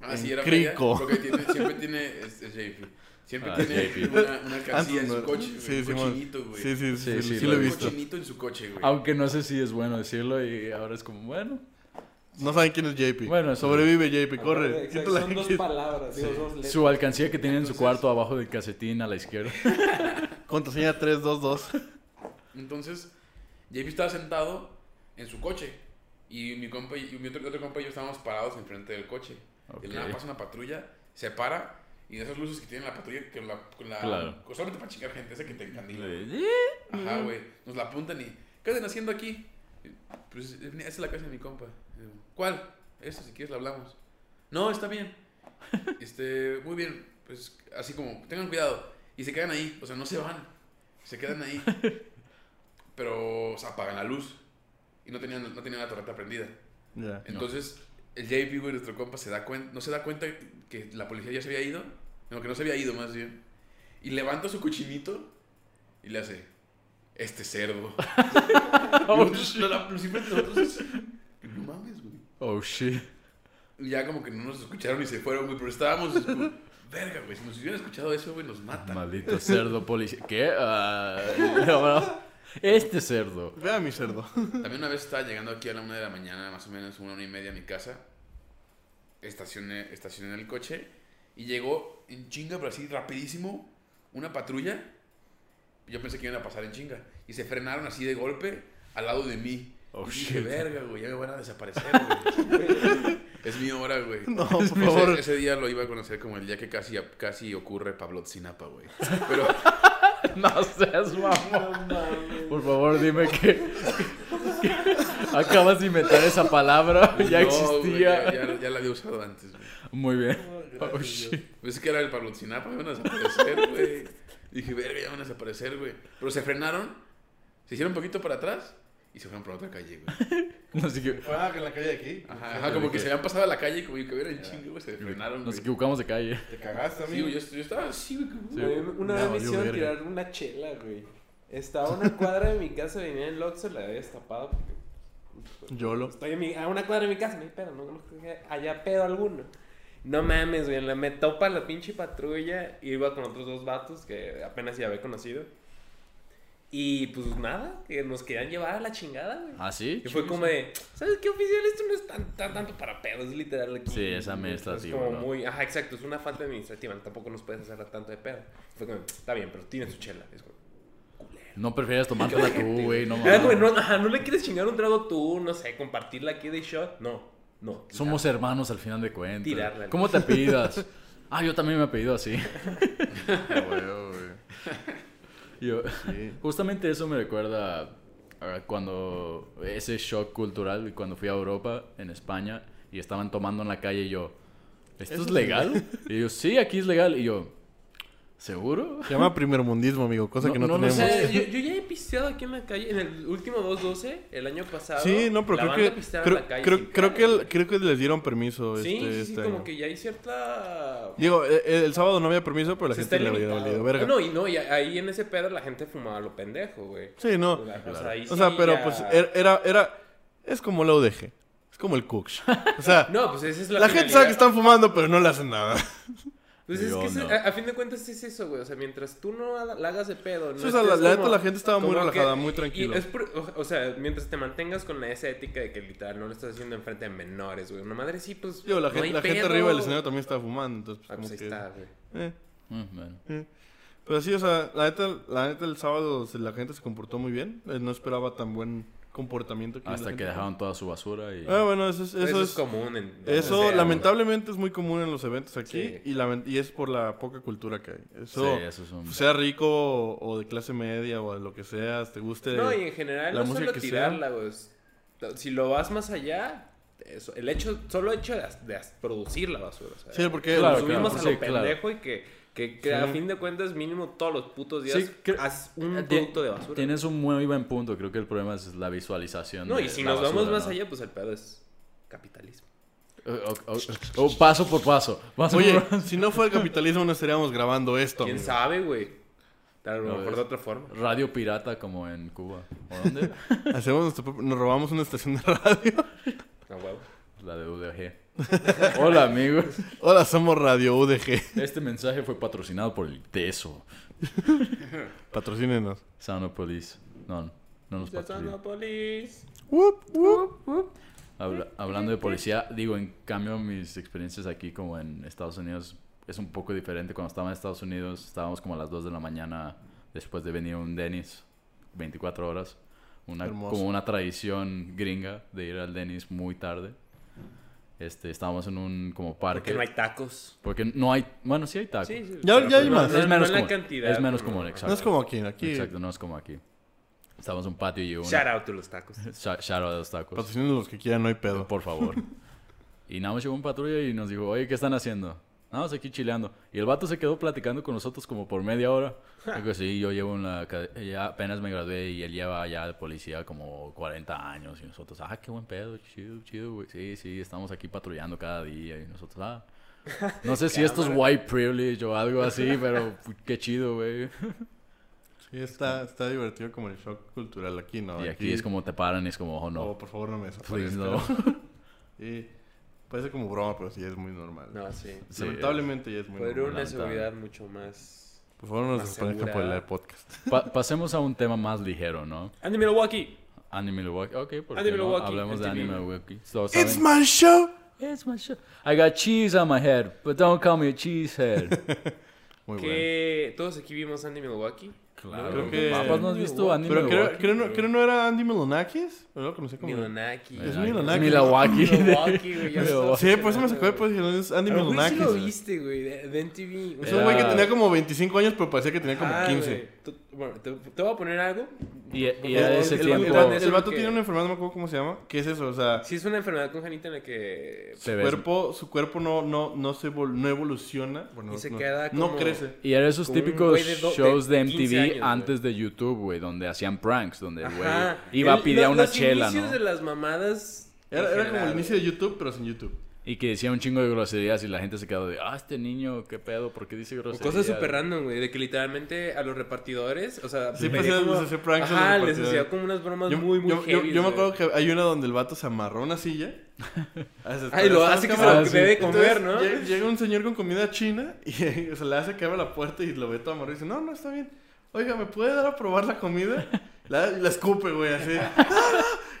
S3: Ah, sí,
S2: En
S3: era
S2: crico.
S3: feria, Porque tiene, siempre tiene. Es, es JP. Siempre
S1: Ah,
S3: tiene
S1: es JP.
S3: una, una alcancía en
S2: no-
S3: su coche. güey,
S2: sí,
S3: un
S2: sí,
S3: cochinito,
S2: mon-
S3: güey.
S2: sí, sí, sí,
S1: Sí,
S2: sí,
S1: sí,
S2: sí
S1: lo
S2: lo he
S1: he
S3: Un
S2: visto.
S3: cochinito en su coche, güey.
S1: Aunque no sé si es bueno decirlo y ahora es como, bueno.
S2: No saben quién es JP.
S1: Bueno, sí.
S2: sobrevive JP, corre.
S4: Exacto,
S2: Quítala
S4: Son dos
S2: aquí.
S4: palabras, digo, dos letras.
S1: Su alcancía que tiene en su cuarto abajo del casetín a la izquierda.
S2: Contraseña 322.
S3: Entonces, JP estaba sentado en su coche. Y mi compa y y mi otro, otro compa y yo estábamos parados enfrente del coche. Y de la nada
S1: Ok.
S3: pasa una patrulla, se para. Y de esas luces que tiene la patrulla, que la, con la,
S1: Claro.
S3: solamente para chingar gente, esa que te encandila.
S1: Sí,
S3: Ajá, güey. Nos la apuntan y. ¿Qué andan haciendo aquí? Y, Pues esa es la casa de mi compa. Y yo, ¿Cuál? Esta, si quieres, la hablamos. No, está bien. Este, muy bien. Pues así como, tengan cuidado. Y se quedan ahí, o sea, no se van. Se quedan ahí. Pero se apagan la luz. Y no tenían, no tenían la torreta prendida.
S2: Ya.
S3: Entonces, el JP, güey, nuestro compa, se da cuenta, no se da cuenta que la policía ya se había ido. No, que no se había ido más bien. Y levanta su cochinito y le hace, este cerdo. Y
S1: Oh,
S3: nosotros, la- la- los enfrente de nosotros, no mames, güey.
S1: Oh shit.
S3: Y ya como que no nos escucharon y se fueron, güey, pero estábamos, es como, verga, güey, si nos hubieran escuchado eso, güey, nos matan.
S1: Maldito cerdo policía. ¿Qué? Ah, no, no. este cerdo.
S2: Ve a mi cerdo.
S3: También una vez estaba llegando aquí a la una de la mañana, más o menos una, una y media a mi casa. estacioné, estacioné el coche y llegó en chinga, pero así rapidísimo, una patrulla. Yo pensé que iban a pasar en chinga. Y se frenaron así de golpe al lado de mí.
S1: Oh,
S3: y dije,
S1: shit.
S3: verga, güey, ya me van a desaparecer, güey. es mi hora, güey.
S2: No, por
S3: Ese-
S2: favor.
S3: Ese, día lo iba a conocer como el día que casi, casi ocurre Pablo Tzinapa, güey. Pero
S1: No seas mamón. Por favor, dime que, que acabas de inventar esa palabra. ya
S3: no, güey,
S1: existía.
S3: ya, ya- ya la había usado antes, güey.
S1: Muy bien. Oh, shit.
S3: Pensé que era el Pablo Tzinapa, iban a desaparecer, güey. Dije, verga, ya van a desaparecer, güey. Pero se frenaron, se hicieron un poquito para atrás y se fueron por otra calle, güey.
S1: Nos, equi-
S2: Ah, que en la calle de aquí.
S3: Ajá, ajá, como que se habían pasado a la calle, como que vieron chingo, güey, se frenaron,
S1: nos
S3: güey.
S1: equivocamos de calle.
S2: Te cagaste,
S3: Sí,
S2: amigo.
S3: güey, yo, yo estaba así, güey. como-
S1: Sí.
S4: A mí Una
S1: Me
S4: vez me
S1: valió
S4: hicieron
S1: verga.
S4: tirar una chela, güey. Estaba a una cuadra de mi casa, venía en el Oxxo, la había destapado. porque
S2: Yolo.
S4: Estoy en mi- a una cuadra de mi casa, no hay pedo, no, no creo que haya pedo alguno. No mames, güey, la- me topa la pinche patrulla, iba con otros dos vatos que apenas ya había conocido. Y pues nada, que nos querían llevar a la chingada, güey.
S1: ¿Ah, sí?
S4: Y fue como de, ¿sabes qué oficial? Esto no es tan, tan- tanto para pedos, es literal aquí.
S1: Sí, es administrativo,
S4: Es como
S1: ¿no?
S4: muy, ajá, exacto, es una falta administrativa, tampoco nos puedes hacer tanto de pedo. Fue como, está bien, pero tiene su chela. Es como,
S1: No prefieres tomártela tú, güey. No,
S4: Ah, güey,
S1: mames.
S4: no, ajá, no le quieres chingar un trago tú, no sé, compartirla aquí de shot. No, no.
S1: Somos hermanos al final de cuentas.
S4: Tirarla.
S1: ¿Cómo te apellidas? ah, yo también me apellido así.
S2: Ah, güey, güey.
S1: Yo-
S2: Sí.
S1: Justamente eso me recuerda a cuando ese shock cultural, cuando fui a Europa, en España, y estaban tomando en la calle y yo, ¿esto
S2: ¿Eso
S1: es
S2: es
S1: legal? Y yo, sí, aquí es legal. Y yo, ¿seguro?
S2: Se llama primermundismo, amigo, cosa
S1: No,
S2: que no,
S1: no lo
S4: O
S2: tenemos.
S4: sea, yo, yo ya he pisteado aquí en la calle, en el último 212, el año pasado.
S2: Sí, no, pero
S4: la
S2: creo
S4: banda
S2: que
S4: pisteaba en
S2: creo,
S4: la calle
S2: creo,
S4: sin
S2: creo
S4: pedo.
S2: que el- creo que les dieron permiso
S4: Sí,
S2: este,
S4: sí, sí,
S2: este
S4: como
S2: año.
S4: que ya hay cierta...
S2: Digo, eh, eh, el, sábado no había permiso, pero la
S4: se
S2: gente le había
S4: limitado. Ah,
S2: valido verga.
S4: No, y no, y ahí en ese pedo la gente fumaba a lo pendejo, güey.
S2: Sí, no.
S4: O sea, pues, ahí
S2: O sea,
S4: sí
S2: pero
S4: ya-
S2: pues era, era, era- es como la UDG, es como el Cooks. O sea,
S4: No, pues esa es la
S2: la gente sabe que
S4: finalidad.
S2: están fumando, pero no le hacen nada.
S4: Pues es
S1: Yo
S4: que ese-
S1: no.
S4: a, a fin de cuentas es eso, güey. O sea, mientras tú no ha- la hagas de pedo. No
S2: Sí, o sea, la-
S4: estés
S2: la
S4: como-
S2: neta, la gente estaba muy
S4: como que-
S2: relajada, muy
S4: y- y
S2: tranquila.
S4: es por- o- o sea, mientras te mantengas con esa ética de que literal no lo estás haciendo enfrente de menores, güey. Una madre sí, pues.
S2: Digo, la,
S4: no
S2: gente,
S4: hay
S2: la gente
S4: pedo.
S2: arriba del escenario también estaba fumando, entonces pues,
S4: Ah,
S2: como
S4: pues ahí
S2: que...
S4: está, güey.
S2: eh.
S1: Mm, bueno.
S2: Pero sí, o sea, la neta, la neta el sábado se- la gente se comportó muy bien. Eh, No esperaba tan buen comportamiento. la
S1: Hasta
S2: gente.
S1: que dejaron toda su basura y...
S2: Ah, bueno, eso es... Eso,
S4: Eso,
S2: es
S4: es común. En, donde
S2: Eso
S4: sea, güey.
S2: lamentablemente es muy común en los eventos aquí
S4: Sí.
S2: y, lamen- y es por la poca cultura que hay.
S1: Sí,
S2: Eso,
S1: eso es un-
S2: sea rico o, o de clase media o de lo que seas, te guste.
S1: este,
S4: No, y en general
S2: la
S4: no
S2: música
S4: solo
S2: que sea.
S4: tirarla, güey. es- Si lo vas más allá, eso- el hecho, solo hecho de, as- de as- producir la basura. o sea,
S2: Sí, porque
S1: Claro,
S4: Nos subimos
S1: claro,
S4: a lo
S1: sí, claro.
S4: pendejo y que, que, que a
S2: Sí.
S4: fin de cuentas mínimo todos los putos días
S1: Sí, eh, cre-
S4: haz un
S1: Ti-
S4: producto de basura.
S1: Tienes un muy buen punto. Creo que el problema es la visualización.
S4: No,
S1: de
S4: y si
S1: la
S4: nos
S1: basura,
S4: vamos más
S1: ¿no?
S4: allá, pues el pedo es capitalismo.
S1: Oh, oh, oh, oh, paso por paso. paso
S2: Oye,
S1: por-
S2: si no fuera el capitalismo no estaríamos grabando esto.
S4: ¿Quién
S2: amigo.
S4: sabe, güey? A lo
S1: No,
S4: mejor
S1: es-
S4: de otra forma.
S1: Radio pirata como en Cuba. ¿O dónde?
S2: Hacemos nuestro propio- nos robamos una estación de radio.
S4: A huevo.
S1: la de UDG. Hola, amigos.
S2: Hola, somos Radio UDG.
S1: Este mensaje fue patrocinado por el TESO.
S2: Patrocínenos.
S1: Sanopolis. No, no nos patrocina.
S4: Sonopolis.
S2: Wup, wup.
S1: Habla- hablando de policía, digo, en cambio, mis experiencias aquí como en Estados Unidos es un poco diferente. Cuando estaba en Estados Unidos, estábamos como a las 2 de la mañana después de venir un Dennis, 24 horas. Una,
S2: Hermoso.
S1: como una tradición gringa de ir al Dennis muy tarde. Este, estábamos en un como parque.
S4: Porque no hay tacos.
S1: Porque no hay- Bueno, sí hay tacos.
S4: Sí, sí.
S2: Ya-
S4: pero pues
S2: ya hay
S4: no-
S2: más.
S4: no-
S1: es
S4: no
S1: menos
S4: en la
S1: común.
S4: cantidad,
S1: es menos
S4: pero-
S1: común, exacto.
S2: No es como aquí, aquí.
S1: Exacto, no es como aquí. Estamos en un patio y uno.
S4: Shout out to los tacos.
S1: Shout shout out a los tacos.
S2: Patrocinen los que quieran, no hay pedo.
S1: Por favor. y nada más llegó un patrulla y nos dijo, oye, ¿qué están haciendo? Nada más aquí chileando. Y el vato se quedó platicando con nosotros como por media hora. Digo, sí, yo llevo en la... acad- Ya apenas me gradué y él lleva ya de policía como 40 años. Y nosotros, ah, qué buen pedo, chido, chido, güey. Sí, sí, estamos aquí patrullando cada día. Y nosotros, ah... No sé si esto es white privilege o algo así, pero pu- qué chido, güey.
S2: Sí, está, está divertido como el shock cultural aquí, ¿no?
S1: Y aquí es como te paran y es como, oh,
S2: No,
S1: no.
S2: por favor, no me
S1: Please,
S2: desaparezcan.
S1: no.
S2: Sí, parece como broma, pero sí es muy normal.
S4: No, sí.
S1: Sí,
S2: Lamentablemente ya es muy
S4: Podría
S2: normal.
S4: una
S1: lamentable.
S4: seguridad mucho más.
S2: Por favor, no nos
S4: Más
S2: desaparezcan por
S4: segura.
S2: el podcast.
S1: Pa- pasemos a un tema más ligero, ¿no?
S4: Andy Milwaukee.
S1: Anime Milwaukee. Ok, ¿por qué
S4: Anime
S1: no?
S4: Milwaukee,
S1: Hablemos de
S4: MTV.
S1: Anime Milwaukee. So,
S2: It's
S1: ¿saben?
S2: my show.
S1: It's my show. I got cheese on my head, but don't call me a cheesehead.
S2: Muy bueno.
S4: que todos aquí vimos Andy Milwaukee.
S1: Claro.
S2: Creo que-
S1: Papas, ¿no has visto Andy
S2: Pero creo,
S1: Milwaukee?
S2: creo no, creo no era Andy Milonakis. Yo lo conocí como.
S4: Milonaki.
S2: Es Milonakis.
S1: Milwaukee.
S4: Milwaukee, güey. ya
S1: Milwaukee.
S4: estaba
S2: Sí, por eso me sacó de
S4: emocionado, güey.
S2: posición. Es Andy
S4: A lo mejor sí
S2: Milonakis.
S4: lo viste, güey, de, de MTV.
S2: Es un güey que
S1: Era-
S2: tenía como 25 años, pero parecía que tenía como
S4: Ah,
S2: 15.
S4: güey. Tú- Bueno, te, te voy a poner algo.
S1: Y, y
S2: El-
S1: a
S2: el-
S1: ese
S2: el,
S1: tiempo
S2: vato-
S4: Eso
S2: el vato
S4: que-
S2: tiene una enfermedad, no me acuerdo cómo se llama. ¿Qué es eso? O sea,
S4: Si es una enfermedad congénita en la que...
S1: se
S2: su
S1: ve-
S2: cuerpo, su cuerpo no, no, no, se evol- no evoluciona. Bueno,
S4: Y se
S2: no,
S4: queda
S2: no
S4: como-
S2: crece.
S1: Y era esos
S4: Como un
S1: típicos
S4: güey de do- de
S1: shows de
S4: 15
S1: MTV
S4: años, güey.
S1: antes de YouTube, güey, donde hacían pranks, donde el güey
S4: Ajá.
S1: iba
S4: El-
S1: a pedir
S4: lo-
S1: una
S4: los
S1: chela,
S4: inicios
S1: ¿no?
S4: de las mamadas... en
S2: Era, era como
S4: general,
S2: el inicio de YouTube, pero sin YouTube.
S1: Y que decía un chingo de groserías y la gente se quedó de, ah, este niño, qué pedo, ¿por qué dice
S4: O
S1: groserías?
S4: cosas súper random, güey, de que literalmente a los repartidores, o sea...
S2: Sí,
S4: les
S2: pues,
S4: hacía
S2: les hacía pranks a los
S4: Ajá, les
S2: repartidores.
S4: hacía como unas bromas
S2: Yo,
S4: muy, muy
S2: yo, yo-
S4: heavies,
S2: yo me
S4: güey.
S2: acuerdo que hay una donde el vato se amarró una silla.
S4: Ay, lo hace que se lo
S1: Ah, sí.
S4: debe comer,
S2: Entonces,
S4: ¿no?
S2: lle- Llega un señor con comida china y se le hace que abra la puerta y lo ve todo amarrado y dice, no, no, está bien. Oiga, ¿me puede dar a probar la comida? La, la escupe, güey, así. ¡Ah!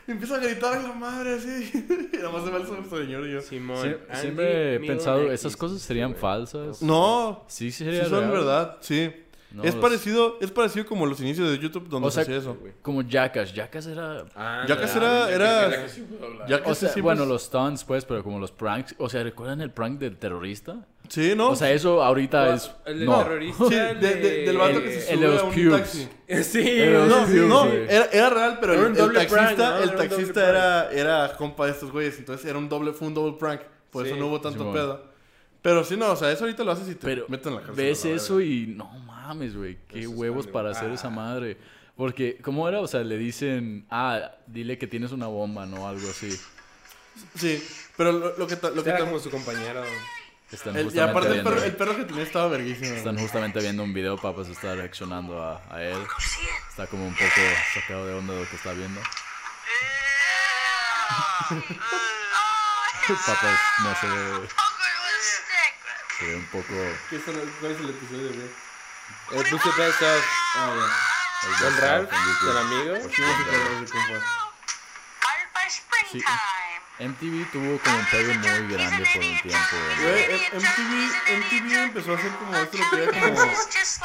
S2: Y empieza a gritar a la madre, así. Y nada más se va el señor y yo.
S4: Simón.
S1: Sie-
S4: Andy
S1: siempre he pensado,
S4: Milonakis.
S1: ¿esas cosas serían
S4: Sí, güey.
S1: falsas?
S2: No,
S1: Sí,
S2: sí
S1: sería
S2: son
S1: real.
S2: verdad, sí.
S1: No,
S2: es,
S1: los-
S2: parecido, es parecido como los inicios de YouTube donde
S1: O sea,
S2: se hacía eso.
S1: Como Jackass. Jackass era...
S4: Ah,
S2: Ya
S4: no,
S2: que
S4: no,
S2: será-
S4: no,
S2: era-
S4: no, no, no, no.
S2: Ya que
S1: O
S2: ese
S1: sea,
S2: siempre
S1: bueno,
S2: es-
S1: los stunts, pues, pero como los pranks. O sea, ¿recuerdan el prank del terrorista?
S2: Sí, ¿no? Ah,
S1: O sea, eso ahorita es...
S4: El de
S1: no.
S4: terrorista.
S2: Sí, de- de- del vato que se sube
S1: el de los
S2: a un
S1: pubes.
S2: taxi.
S4: Sí,
S1: Pero
S4: güey,
S2: No,
S4: sí,
S1: pubes,
S2: no,
S4: sí.
S1: güey.
S2: era, era real, pero
S4: Era
S2: el,
S4: un
S2: el
S4: doble
S2: taxista,
S4: prank, ¿no?
S2: el
S4: Era un doble
S2: taxista era, era compa de estos güeyes, entonces era un doble, fue un doble prank, por eso
S4: Sí,
S2: no hubo tanto
S1: Simón.
S2: pedo. Pero sí, no, o sea, eso ahorita lo haces y te
S1: Pero
S2: meten en la cárcel.
S1: ves
S2: a la
S1: eso
S2: verga.
S1: y no mames, güey. Qué
S4: Eso está
S1: huevos
S4: de-
S1: para hacer
S4: Ah.
S1: esa madre. Porque, ¿cómo era? O sea, le dicen, ah, dile que tienes una bomba, ¿no? Algo así.
S2: Sí, pero lo, lo que... ta- Lo que
S4: Era
S2: ta-
S4: como su compañero.
S1: Están
S2: el- y
S1: justamente
S2: aparte el
S1: viendo,
S2: perro, el perro que tenía estaba verguísimo.
S1: están justamente viendo un video, papas está reaccionando a, a él. Está como un poco sacado de onda de lo que está viendo. Papas pues, no se ve, se ve un poco...
S2: ¿Qué es el- ¿Cuál es el episodio, güey?
S4: El
S1: Eh,
S4: puse
S1: el
S4: best of. Don
S1: best
S4: Ah,
S1: of
S4: Ralph,
S1: en YouTube.
S4: el amigo.
S2: Sí, vamos a quedar así, compa.
S1: MTV tuvo como un pegue muy grande por un tiempo. ¿no?
S2: Güey, eh, M- MTV, MTV empezó a hacer como esto lo que era como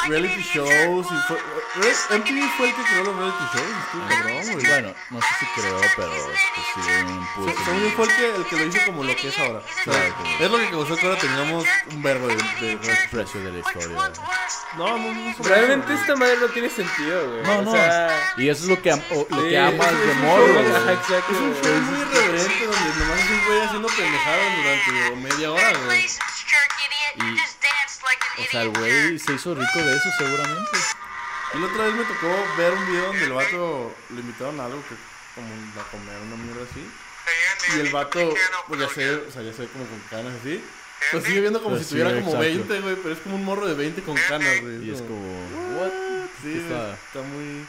S2: reality shows y fue... eh, MTV fue el que creó los reality shows, estuvo cabrón, güey.
S1: Bueno, no sé si creo, pero pues, sí un impulso.
S2: Según yo fue el que, el que lo hizo como lo que es ahora. O sea, es lo que causó que ahora tengamos un verbo de... de- de-
S1: precio de la historia.
S2: No, no, no. no
S4: Realmente esta madre no tiene sentido, güey.
S1: No,
S4: O
S1: no.
S4: sea,
S1: Y eso es lo que, am- o- lo que
S4: eh,
S1: amas
S4: es-
S1: de
S4: es un
S1: morro,
S4: show,
S1: güey.
S4: exacto,
S2: Es un
S4: güey.
S2: show muy irreverente donde nomás es un güey haciendo pendejadas durante media hora, güey.
S1: O sea, el güey se hizo rico de eso seguramente.
S2: Y la otra vez me tocó ver un video donde el vato le invitaron a algo que como a comer una mierda así. Y el vato, pues ya se, o sea, ya se ve como con canas así. Pues sigue viendo como
S1: Pues
S2: si
S1: sí,
S2: tuviera como
S1: exacto.
S2: 20, güey, pero es como un morro de 20 con canas, güey.
S1: Y es como, what?
S2: Sí,
S1: ¿Qué
S2: güey,
S1: está,
S2: está muy...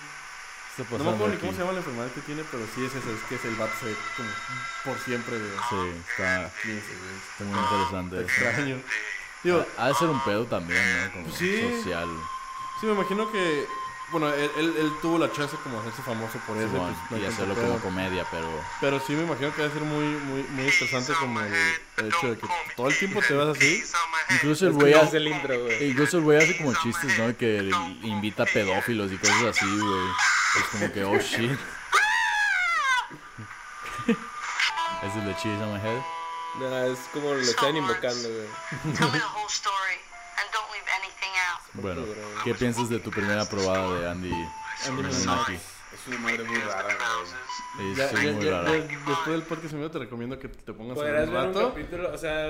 S1: qué está
S2: No
S1: pasando
S2: me acuerdo ni
S1: aquí?
S2: cómo se llama la enfermedad que tiene, pero sí es eso, es que es el vato se ve como por siempre de
S1: Sí, está,
S2: 15, güey. Está
S1: está muy interesante eso.
S2: extraño. Digo,
S1: Ha de ser un pedo también, ¿no? Como
S2: Pues sí.
S1: social.
S2: sí, me imagino que, bueno, él, él, él tuvo la chance como de hacerse famoso por eso.
S1: Simón,
S2: pues, no hay
S1: y
S2: tanto
S1: hacerlo
S2: pedo.
S1: como comedia, pero...
S2: Pero sí me imagino que debe ser muy, muy, muy estresante como el, el hecho de que todo el tiempo te vas así.
S1: Incluso el
S4: Es
S1: güey
S4: que no
S1: hace-
S4: hace el intro, güey.
S1: Incluso el güey hace como chistes, ¿no? Que invita pedófilos y cosas así, güey. Es como que, oh shit. Ese es el cheese on my head.
S4: No, es como lo están invocando, güey.
S1: Bueno, ¿qué piensas de tu primera probada de Andy Milonaki?
S3: Es una madre muy rara, güey.
S1: Es
S2: Ya, ya,
S1: muy
S2: ya-
S1: rara.
S2: ya- después del podcast amigo te recomiendo que te pongas a ver
S4: Podrás
S2: un
S4: ver un
S2: rato.
S4: capítulo, o sea,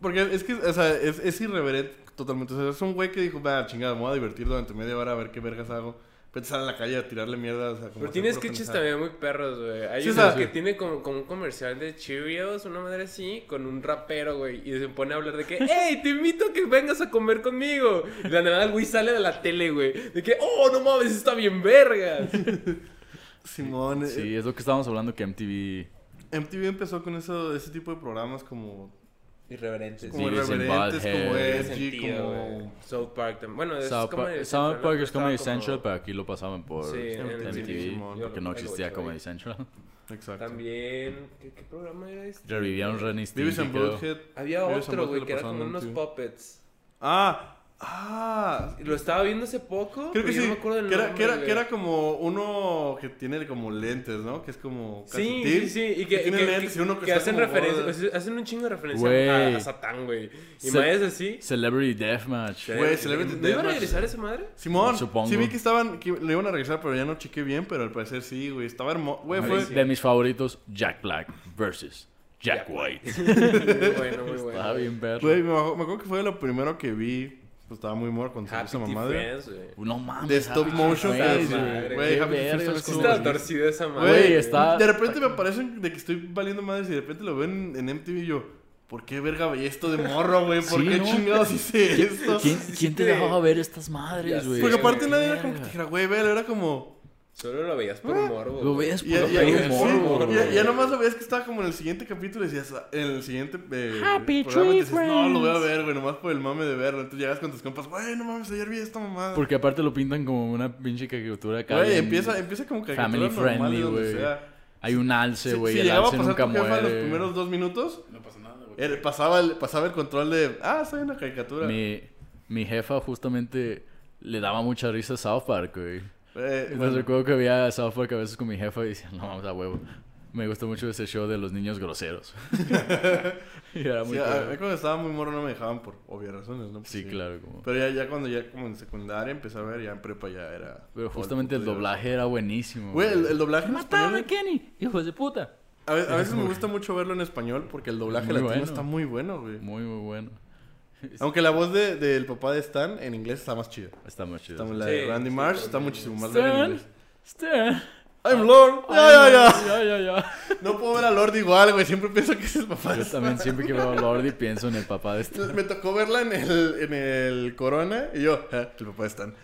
S2: Porque es que, o sea, es, es irreverente totalmente. O sea, es un güey que dijo, va, chingada, me voy a divertir durante media hora a ver qué vergas hago. Pero te sale a la calle a tirarle mierda. O sea, como
S4: pero
S2: hacer
S4: tiene
S2: pura
S4: sketches
S2: pendejada.
S4: también muy perros, güey. Hay
S2: Sí, o
S4: uno
S2: sea,
S4: que
S2: sí.
S4: tiene como, como un comercial de Cheerios, una madre así, con un rapero, güey. Y se pone a hablar de que, hey, te invito a que vengas a comer conmigo. Y de la nada el güey sale de la tele, güey. De que, oh, no mames, está bien verga.
S2: Simón,
S1: Sí, es lo que estábamos hablando que MTV...
S2: eh, MTV empezó con eso, ese tipo de programas como
S4: Irreverentes.
S2: Como
S1: Sí, es en
S2: irreverentes,
S1: Butthead.
S2: como
S1: Tiene
S4: Tiene
S2: edgy,
S4: sentido, güey.
S2: como...
S4: South Park también. Bueno, es
S1: South,
S4: Comedy
S1: Park-
S4: Central,
S1: South Park
S4: ¿no?
S1: es Comedy
S4: Estaba como-
S1: Central, pero aquí lo pasaban por
S4: Sí, en
S2: MTV, Simón.
S1: MTV, porque no
S4: Yo lo
S1: existía
S4: tengo,
S1: Comedy
S4: güey.
S1: Central.
S2: Exacto.
S4: También. ¿Qué, qué programa era este?
S1: Revivieron Ren y Stimpy,
S2: Vives en
S1: creo.
S2: Broadhead.
S4: Había
S2: Vives en
S4: otro,
S2: Broadhead
S4: güey,
S2: lo
S4: que era
S2: pasaban
S4: como
S2: en
S4: unos
S2: MTV.
S4: puppets.
S2: Ah, ah.
S4: Lo estaba viendo hace poco.
S2: Creo que
S4: pero yo
S2: sí.
S4: No me acuerdo del
S2: que, era,
S4: nombre,
S2: que, era,
S4: güey.
S2: que era como uno que tiene como lentes, ¿no? Que es como.
S4: Sí,
S2: calcetín,
S4: sí, sí. Y que,
S2: tiene
S4: que-
S2: lentes y uno que,
S4: que
S2: está
S4: hacen
S2: como
S4: referencia.
S2: gorda.
S4: pues, hacen un chingo de
S1: Güey.
S4: referencia a, a Satán, güey. Y
S1: Se-
S4: más es así.
S1: Celebrity Deathmatch.
S2: Güey, Celebrity
S4: ¿No iba a
S2: Deathmatch.
S4: regresar esa madre?
S2: Simón,
S1: Supongo.
S2: sí vi que estaban. Que lo iban a regresar, pero ya no chequé bien, pero al parecer sí, güey. Estaba hermoso. Güey, fue.
S1: De mis favoritos, Jack Black versus Jack
S4: Jack
S1: White.
S4: Muy bueno, muy bueno.
S1: Estaba bien
S2: güey,
S1: verlo.
S2: me, acuerdo- me acuerdo que fue lo primero que vi. Pues estaba muy morro cuando salió
S4: Happy
S2: esa mamada.
S4: Friends, güey.
S1: No mames.
S2: De stop
S1: Happy
S2: motion,
S1: Friends,
S4: güey.
S2: Güey,
S1: Qué
S2: Happy Friends
S1: vergas,
S2: es
S4: Sí
S1: cómo
S2: como-
S4: Estaba
S1: los-
S4: torcida esa madre.
S1: Güey,
S2: Güey,
S1: está-
S2: De repente me aparecen de que estoy valiendo madres y de repente lo ven en MTV y yo. ¿Por qué verga veía esto de morro, güey? ¿Por
S1: Sí,
S2: qué
S1: ¿no?
S2: chingados hice esto?
S1: ¿Quién, quién te
S4: te-
S1: dejaba ver estas
S4: Ya
S1: madres,
S4: sé,
S1: güey?
S2: Porque
S4: Sí,
S2: aparte
S4: güey.
S2: nadie era como que te dijera, güey, velo, era como.
S4: Solo lo veías
S2: Ah,
S4: por morbo.
S1: Lo
S4: güey.
S1: veías
S2: Y ya,
S1: puro
S2: ya-
S1: pedo
S2: sí,
S1: morbo,
S2: ya-
S1: güey.
S2: ya nomás lo veías que estaba como en el siguiente capítulo y decías, ah, en el siguiente eh,
S1: Happy
S2: programa,
S1: Tree
S2: y dices, no, lo voy a
S1: Friends".
S2: ver, güey, nomás por el mame de verlo. Entonces llegas con tus compas, güey, no mames, ayer vi esta mamada.
S1: Porque aparte lo pintan como una pinche caricatura acá.
S2: Güey,
S1: bien-
S2: empieza, em empieza como caricatura
S1: family
S2: normal de
S1: friendly,
S2: donde
S1: güey.
S2: sea.
S1: Hay un alce,
S2: Si-
S1: güey.
S2: si
S1: el
S2: llegaba a
S1: alce
S2: pasar
S1: nunca
S2: tu jefa
S1: muere.
S2: los primeros dos minutos,
S3: No pasa nada, güey.
S2: él pasaba, el, pasaba el control de, ah, soy una caricatura.
S1: Mi, mi jefa justamente le daba mucha risa a South Park, güey.
S2: Eh,
S1: Entonces
S2: bueno,
S1: recuerdo que veía South Park a veces con mi jefa y decía, no, vamos a huevo. Me gustó mucho ese show de los niños groseros. y era muy
S2: sí, a- a mí
S1: claro.
S2: cuando estaba muy morro no me dejaban por obvias razones, ¿no? Pues
S1: Sí, claro. Como...
S2: Pero ya, ya cuando ya como en secundaria empecé a ver, ya en prepa ya era... todo
S1: Pero justamente el
S2: puto día.
S1: doblaje era buenísimo.
S2: Güey, el, el doblaje en español-
S1: ¡Matame, Kenny! ¡Hijos de puta!
S2: A, ve- a veces me gusta mucho verlo en español porque el doblaje
S1: Muy
S2: latino
S1: bueno.
S2: está muy bueno, güey.
S1: Muy, muy bueno.
S2: Aunque la voz de- del papá de Stan en inglés está más chida.
S1: Está muy chido.
S2: Está muy- la
S4: Sí,
S2: de Randy
S4: sí,
S2: Marsh
S4: está
S2: está
S4: bien.
S2: muchísimo más buena en
S1: Stan,
S2: inglés.
S1: Stan.
S2: I'm Lord. Ya, ya, ya.
S1: Ya, ya, ya.
S2: No puedo ver a Lord igual, güey. Siempre pienso que es el papá. de
S1: Yo también siempre que veo a Lordi pienso en el papá de este. Stan.
S2: Stan. Me tocó verla en el, en el Corona y yo, "Ah, el papá de Stan.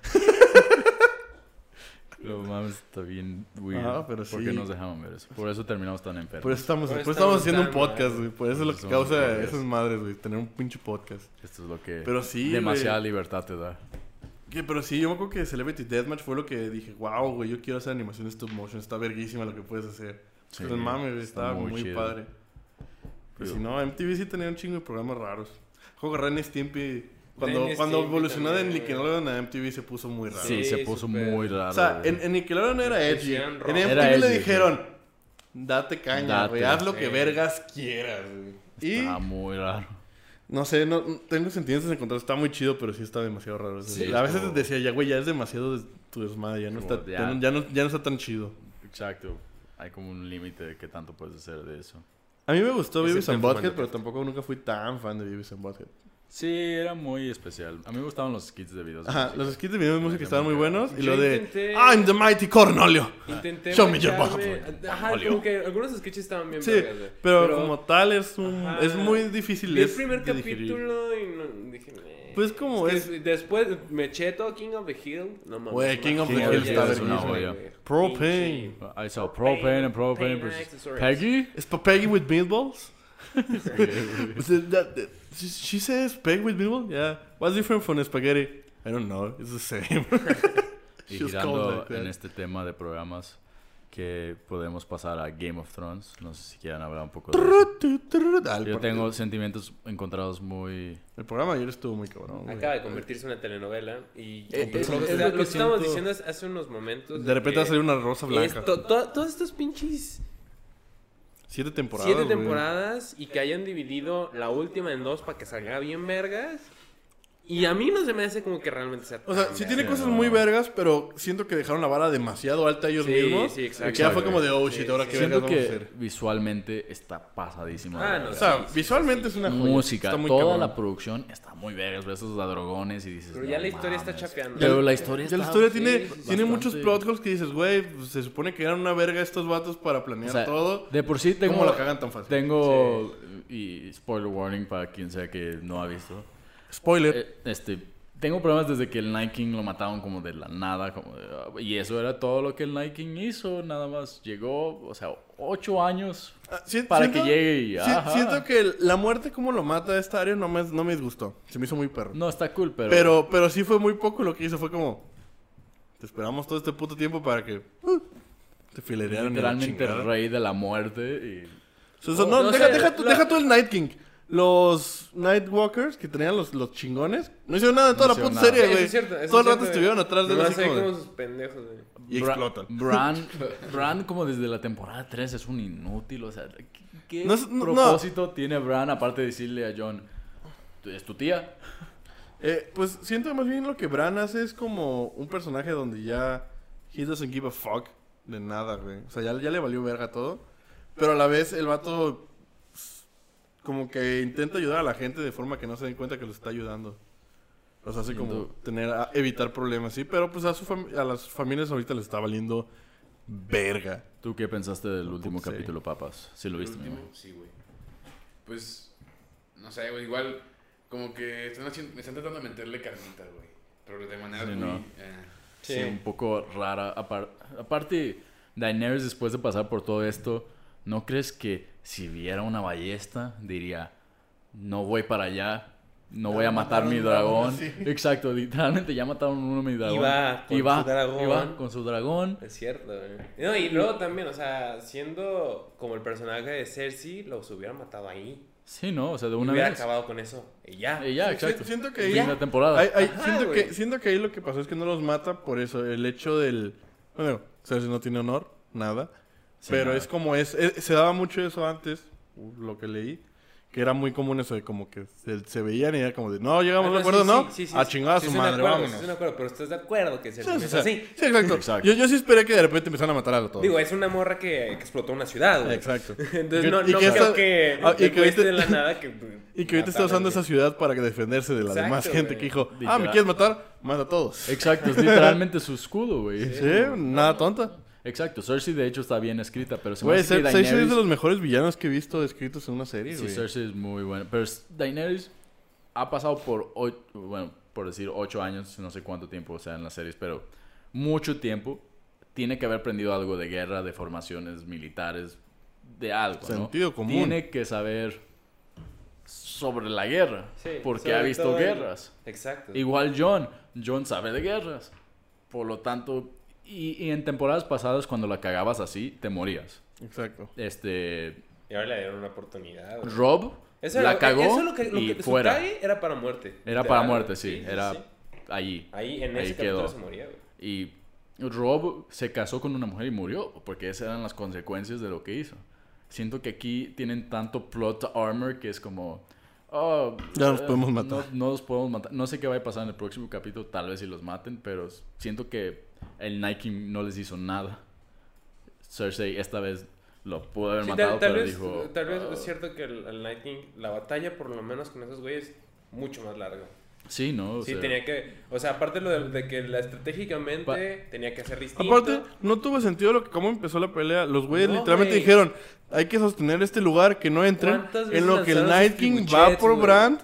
S1: Lo mames, está bien weird.
S2: Ajá, pero
S1: ¿Por qué
S2: sí.
S1: nos dejaron ver eso? Por eso terminamos tan enfermos.
S2: Por eso estamos, por
S4: Por
S2: eso
S4: eso
S2: estamos
S4: estamos
S2: haciendo un
S4: tan mal,
S2: podcast, güey. Por eso es
S1: Por
S2: lo
S1: eso
S2: que
S1: somos
S2: causa
S1: pobres.
S2: esas madres, güey. Tener un pinche podcast.
S1: Esto es lo que
S2: Pero sí,
S1: demasiada
S2: güey.
S1: libertad te da.
S2: Que, pero sí, yo me acuerdo que Celebrity Deathmatch fue lo que dije, wow, güey, yo quiero hacer animación stop motion, está verguísima lo que puedes hacer.
S1: Sí,
S2: Pues mames, güey,
S1: está
S2: estaba
S1: muy
S2: muy,
S1: chido.
S2: padre. Pero
S1: Digo.
S2: si no, MTV sí tenía un chingo de programas raros. Juego Ren y Stimpy, cuando,
S4: Ren y
S2: cuando
S4: Stimpy
S2: evolucionó
S4: también,
S2: de
S4: güey.
S2: Nickelodeon a MTV se puso muy raro.
S1: Sí,
S4: Sí,
S1: se puso
S4: súper.
S1: muy raro.
S2: o sea,
S1: güey.
S2: en, en Nickelodeon era
S4: Le
S2: edgy. En
S4: hacían rock.
S2: MTV
S1: Era edgy,
S2: le
S1: güey.
S2: dijeron, date caña,
S1: Date,
S2: güey, haz lo que
S4: sí.
S2: vergas quieras, güey. Y,
S1: Está muy raro.
S2: no sé, no, tengo sentimientos encontrados. Está muy chido, pero sí está demasiado raro.
S1: Sí,
S2: a
S1: es
S2: veces
S1: como-
S2: decía, ya, güey, ya es demasiado de tu desmadre. Ya no,
S1: Como
S2: está,
S1: de-
S2: ya no- ya no- ya no está tan chido.
S1: Exacto. Hay como un límite de qué tanto puedes hacer de eso.
S2: A mí me gustó
S5: Ese
S2: Beavis and
S5: está
S2: Butthead,
S5: fumando.
S2: pero tampoco nunca fui tan fan de Beavis and Butthead.
S1: Sí, era muy especial. A mí me gustaban los skits de videos. de
S2: Ajá,
S1: música.
S2: los skits de video de música estaban muy buenos. Y
S4: Yo
S2: lo de,
S4: intenté-
S2: I'm the mighty Cornolio.
S4: Intenté.
S2: Show me your
S4: mancharme-
S1: butthole.
S4: Ajá,
S1: Olió.
S4: como que algunos sketches estaban bien
S2: Sí,
S4: vergas, güey.
S2: pero, como tal es un...
S4: Ajá.
S2: Es muy difícil.
S4: Vi el
S2: es
S4: primer
S2: de digerir.
S4: capítulo y no, dije, "Meh".
S2: Pues como
S4: que
S2: es-
S4: después me eché todo King of the Hill. No mames.
S2: Güey,
S4: una
S2: King of the
S4: joya,
S1: Hill está
S4: güey.
S1: verguísima. Una joya.
S4: Pinche-
S2: Propane.
S1: I saw propane and propane pues,
S4: Propane
S1: versus
S4: accessories.
S1: Peggy.
S2: ¿Es pa- Peggy with meatballs? Is it that- that- she, she says Peggy with meatballs? Yeah. What's different from spaghetti? I don't know. It's the same.
S1: Y
S2: She was
S1: girando
S2: called like
S1: en
S2: that.
S1: este tema de programas que podemos pasar a Game of Thrones. No sé si quieran hablar un poco de eso.
S2: Tu, tu, tu. Ah, el
S1: Yo
S2: part-
S1: tengo sentimientos encontrados muy...
S2: El programa ayer estuvo muy cabrón. güey.
S4: Acaba de convertirse en una telenovela. Y,
S2: Eh,
S4: y
S2: es-
S4: lo,
S2: es
S4: que-
S2: lo que
S4: lo que estábamos
S2: siento.
S4: diciendo es- hace unos momentos.
S2: De repente va a
S4: que
S2: salir una rosa blanca.
S4: esto- to- todos estos pinches
S2: Siete temporadas.
S4: siete
S2: güey.
S4: temporadas y que hayan dividido la última en dos para que salga bien vergas. Y a mí no se me hace como que realmente sea.
S2: O sea,
S4: tan
S2: sí tiene
S4: verga.
S2: cosas muy vergas, pero siento que dejaron la vara demasiado alta ellos
S4: Sí,
S2: mismos.
S4: sí, exacto.
S2: Y que ya fue como de, oh
S4: Sí,
S2: shit, ahora
S4: sí.
S2: qué vergas
S1: Siento
S2: vamos a
S1: que
S2: hacer.
S1: visualmente está pasadísimo. de
S4: Ah, no,
S1: verga.
S2: O sea,
S4: sí, sí,
S2: visualmente es una joya.
S1: música,
S2: Está muy
S1: toda
S2: cabrón.
S1: la producción está muy verga, ves esos ladrogones y dices.
S4: Pero ya
S1: "No
S4: la historia está
S1: mames".
S4: chapeando.
S1: Pero la historia
S2: Ya
S1: está.
S2: la historia tiene,
S4: sí,
S2: tiene
S1: bastante.
S2: muchos plot holes que dices, güey, pues, se supone que eran una verga estos vatos para planear
S1: o sea,
S2: todo.
S1: De por sí tengo.
S2: ¿Cómo la cagan tan fácil?
S1: Tengo. Y spoiler warning para quien sea que no ha visto.
S2: Spoiler.
S1: Eh, Este. Tengo problemas desde que el Night King lo mataron como de la nada. Como de- ah, y eso era todo lo que el Night King hizo. Nada más llegó, o sea, ocho años
S2: Ah, si-
S1: para
S2: siento-
S1: que llegue y...
S2: si-
S1: ajá.
S2: Siento que el- la muerte como lo mata a esta área no me, no me disgustó. Se me hizo muy perro.
S1: No, está cool, pero...
S2: Pero, pero sí fue muy poco lo que hizo. Fue como... Te esperamos todo este puto tiempo para que... uh, te filerearan. y la
S1: literalmente
S2: chingada".
S1: rey de la muerte y...
S2: So- so-
S4: No,
S2: no,
S4: no
S2: deja,
S4: sé,
S2: deja tú,
S4: la-
S2: deja tú el Night King. Los Nightwalkers que tenían los, los chingones no hicieron nada en toda
S1: No
S2: la
S1: hicieron
S2: puta
S1: nada.
S2: serie,
S4: Eso
S2: güey.
S4: es cierto, eso
S2: Todo el
S4: es
S2: rato
S4: cierto,
S2: estuvieron
S4: güey.
S2: atrás de
S4: Nomás
S2: los
S4: ahí como
S2: hijos.
S4: sus pendejos, güey.
S2: Y
S1: Bra-
S2: explotan.
S1: Bran, Bran como desde la temporada 3 es un inútil, o sea, ¿qué, qué
S2: No es- no, no.
S1: propósito tiene Bran aparte de decirle a John, "Tú- es tu tía?
S2: Eh, pues siento más bien lo que Bran hace es como un personaje donde ya he doesn't give a fuck de nada, güey. O sea, ya, ya le valió verga todo. Pero a la vez el vato s- como que intenta ayudar a la gente de forma que no se den cuenta que los está ayudando. Los hace como
S1: Siento-
S2: tener a- evitar problemas, sí, pero pues a, su fam- a las familias ahorita les está valiendo verga.
S1: ¿Tú qué pensaste del último
S2: puta serie.
S1: capítulo, papas? Si lo viste, mi amor.
S3: último, Sí, güey. Pues, no sé, güey. Igual, como que están haciendo, me están tratando de meterle carnita, güey. Pero de manera
S1: Sí,
S3: muy...
S1: no.
S3: eh,
S1: Sí.
S4: Sí.
S1: un poco rara. Apar- aparte, Daenerys después de pasar por todo esto, ¿no crees que si viera una ballesta diría, no voy para allá, no voy a matar mi dragón? Exacto, literalmente ya mataron uno de mi dragón.
S4: va con
S1: Y va-
S4: su dragón.
S1: y va con su dragón.
S4: Es cierto, güey. No, y luego también, o sea, siendo como el personaje de Cersei, los hubieran matado ahí.
S1: Sí, ¿no? O sea, de
S4: Y
S1: una
S4: hubiera
S1: vez.
S4: acabado con eso. Y ya.
S1: Y ya,
S2: Sí,
S1: exacto.
S2: siento que
S1: Fin
S2: ya.
S1: de la temporada.
S2: Ay, ay,
S4: Ajá,
S2: siento,
S4: güey.
S2: que, siento que ahí lo que pasó es que no los mata por eso. El hecho del. Bueno, Cersei no tiene honor, nada.
S1: Sí,
S2: pero
S1: nada.
S2: es como es, es- Se daba mucho eso antes, uh, lo que leí. Que era muy común eso de como que se, se veían y era como de. No, llegamos de
S4: Ah,
S2: acuerdo,
S4: sí,
S2: ¿no?
S4: sí, sí, sí,
S2: a
S4: sí.
S2: chingar a
S4: Sí,
S2: su
S4: estoy de
S2: madre,
S4: acuerdo,
S2: vámonos.
S4: sí, estoy de acuerdo, pero estás de acuerdo que
S2: Sí,
S4: Cersei
S2: sí,
S4: es
S2: sí.
S4: así.
S2: Sí, exacto.
S1: Exacto.
S2: Yo, yo sí esperé que de repente empezaran a matar a todos.
S4: Digo, es una morra que explotó una ciudad, güey.
S2: Exacto.
S4: Entonces,
S2: Y que-
S4: no,
S2: y
S4: no
S2: que
S4: creo
S2: esta-
S4: que
S2: ah, y
S4: le
S2: que ahorita-
S4: cueste de la nada que...
S2: Y que ahorita está
S4: matar a
S2: usando
S4: alguien.
S2: esa ciudad para que defenderse de la
S4: Exacto,
S2: demás gente
S4: güey.
S2: que dijo: Ah,
S1: Literal.
S2: me quieres matar, mata a todos.
S1: Exacto, es literalmente su escudo, güey.
S2: Sí, nada tonta.
S1: Exacto, Cersei de hecho está bien escrita, pero se me
S2: Güey,
S1: hace que
S2: Cer- Cersei es
S1: Daenerys-
S2: de los mejores villanos que he visto descritos en una serie,
S1: Sí,
S2: güey.
S1: Cersei es muy buena. Pero s- Daenerys ha pasado por, ocho, bueno, por decir ocho años, no sé cuánto tiempo, o sea, en las series, pero mucho tiempo. Tiene que haber aprendido algo de guerra, de formaciones militares, de algo, ¿no?
S2: Sentido común.
S1: Tiene que saber sobre la guerra,
S4: Sí,
S1: porque
S4: sobre
S1: ha visto
S4: todo el-
S1: guerras.
S4: Exacto.
S1: Igual John. John sabe de guerras. Por lo tanto, y, y en temporadas pasadas cuando la cagabas así, te morías.
S2: Exacto.
S1: Este,
S4: Y ahora le dieron una oportunidad, güey.
S1: Rob
S4: Eso
S1: la
S4: era-
S1: cagó
S4: eso lo que, lo
S1: y
S4: que- su
S1: fuera.
S4: cague era para muerte.
S1: Era para
S4: Literal,
S1: muerte,
S4: güey.
S1: sí. Era
S4: sí.
S1: allí.
S4: Ahí en
S1: Ahí
S4: ese
S1: quedó.
S4: capítulo se moría, güey.
S1: Y Rob se casó con una mujer y murió, porque esas eran las consecuencias de lo que hizo. Siento que aquí tienen tanto plot armor que es como... "Oh,
S2: Ya nos
S1: eh,
S2: podemos matar".
S1: No, no nos podemos matar. No sé qué va a pasar en el próximo capítulo, tal vez si los maten, pero siento que el Nike no les hizo nada. Cersei esta vez lo pudo haber
S4: Sí,
S1: matado,
S4: tal, tal
S1: pero
S4: vez,
S1: dijo...
S4: tal vez
S2: "Oh".
S4: pues,
S1: "Ah".
S4: es cierto que el, el Night King, la batalla por lo menos con esos güeyes, mucho más larga.
S1: Sí, ¿no? O
S4: sí,
S1: sea,
S4: tenía que. O sea, aparte lo de, de que la estratégicamente
S1: Pa-
S4: tenía que ser distinto.
S2: Aparte, no tuvo sentido lo que cómo empezó la pelea. Los güeyes
S4: No,
S2: literalmente
S4: güey.
S2: dijeron, hay que sostener este lugar, que no entren.
S4: ¿Cuántas veces
S2: En lo que el
S4: lanzaron
S2: Night
S4: sus
S2: King va
S4: tribuchets,
S2: por
S4: güey?
S2: Brand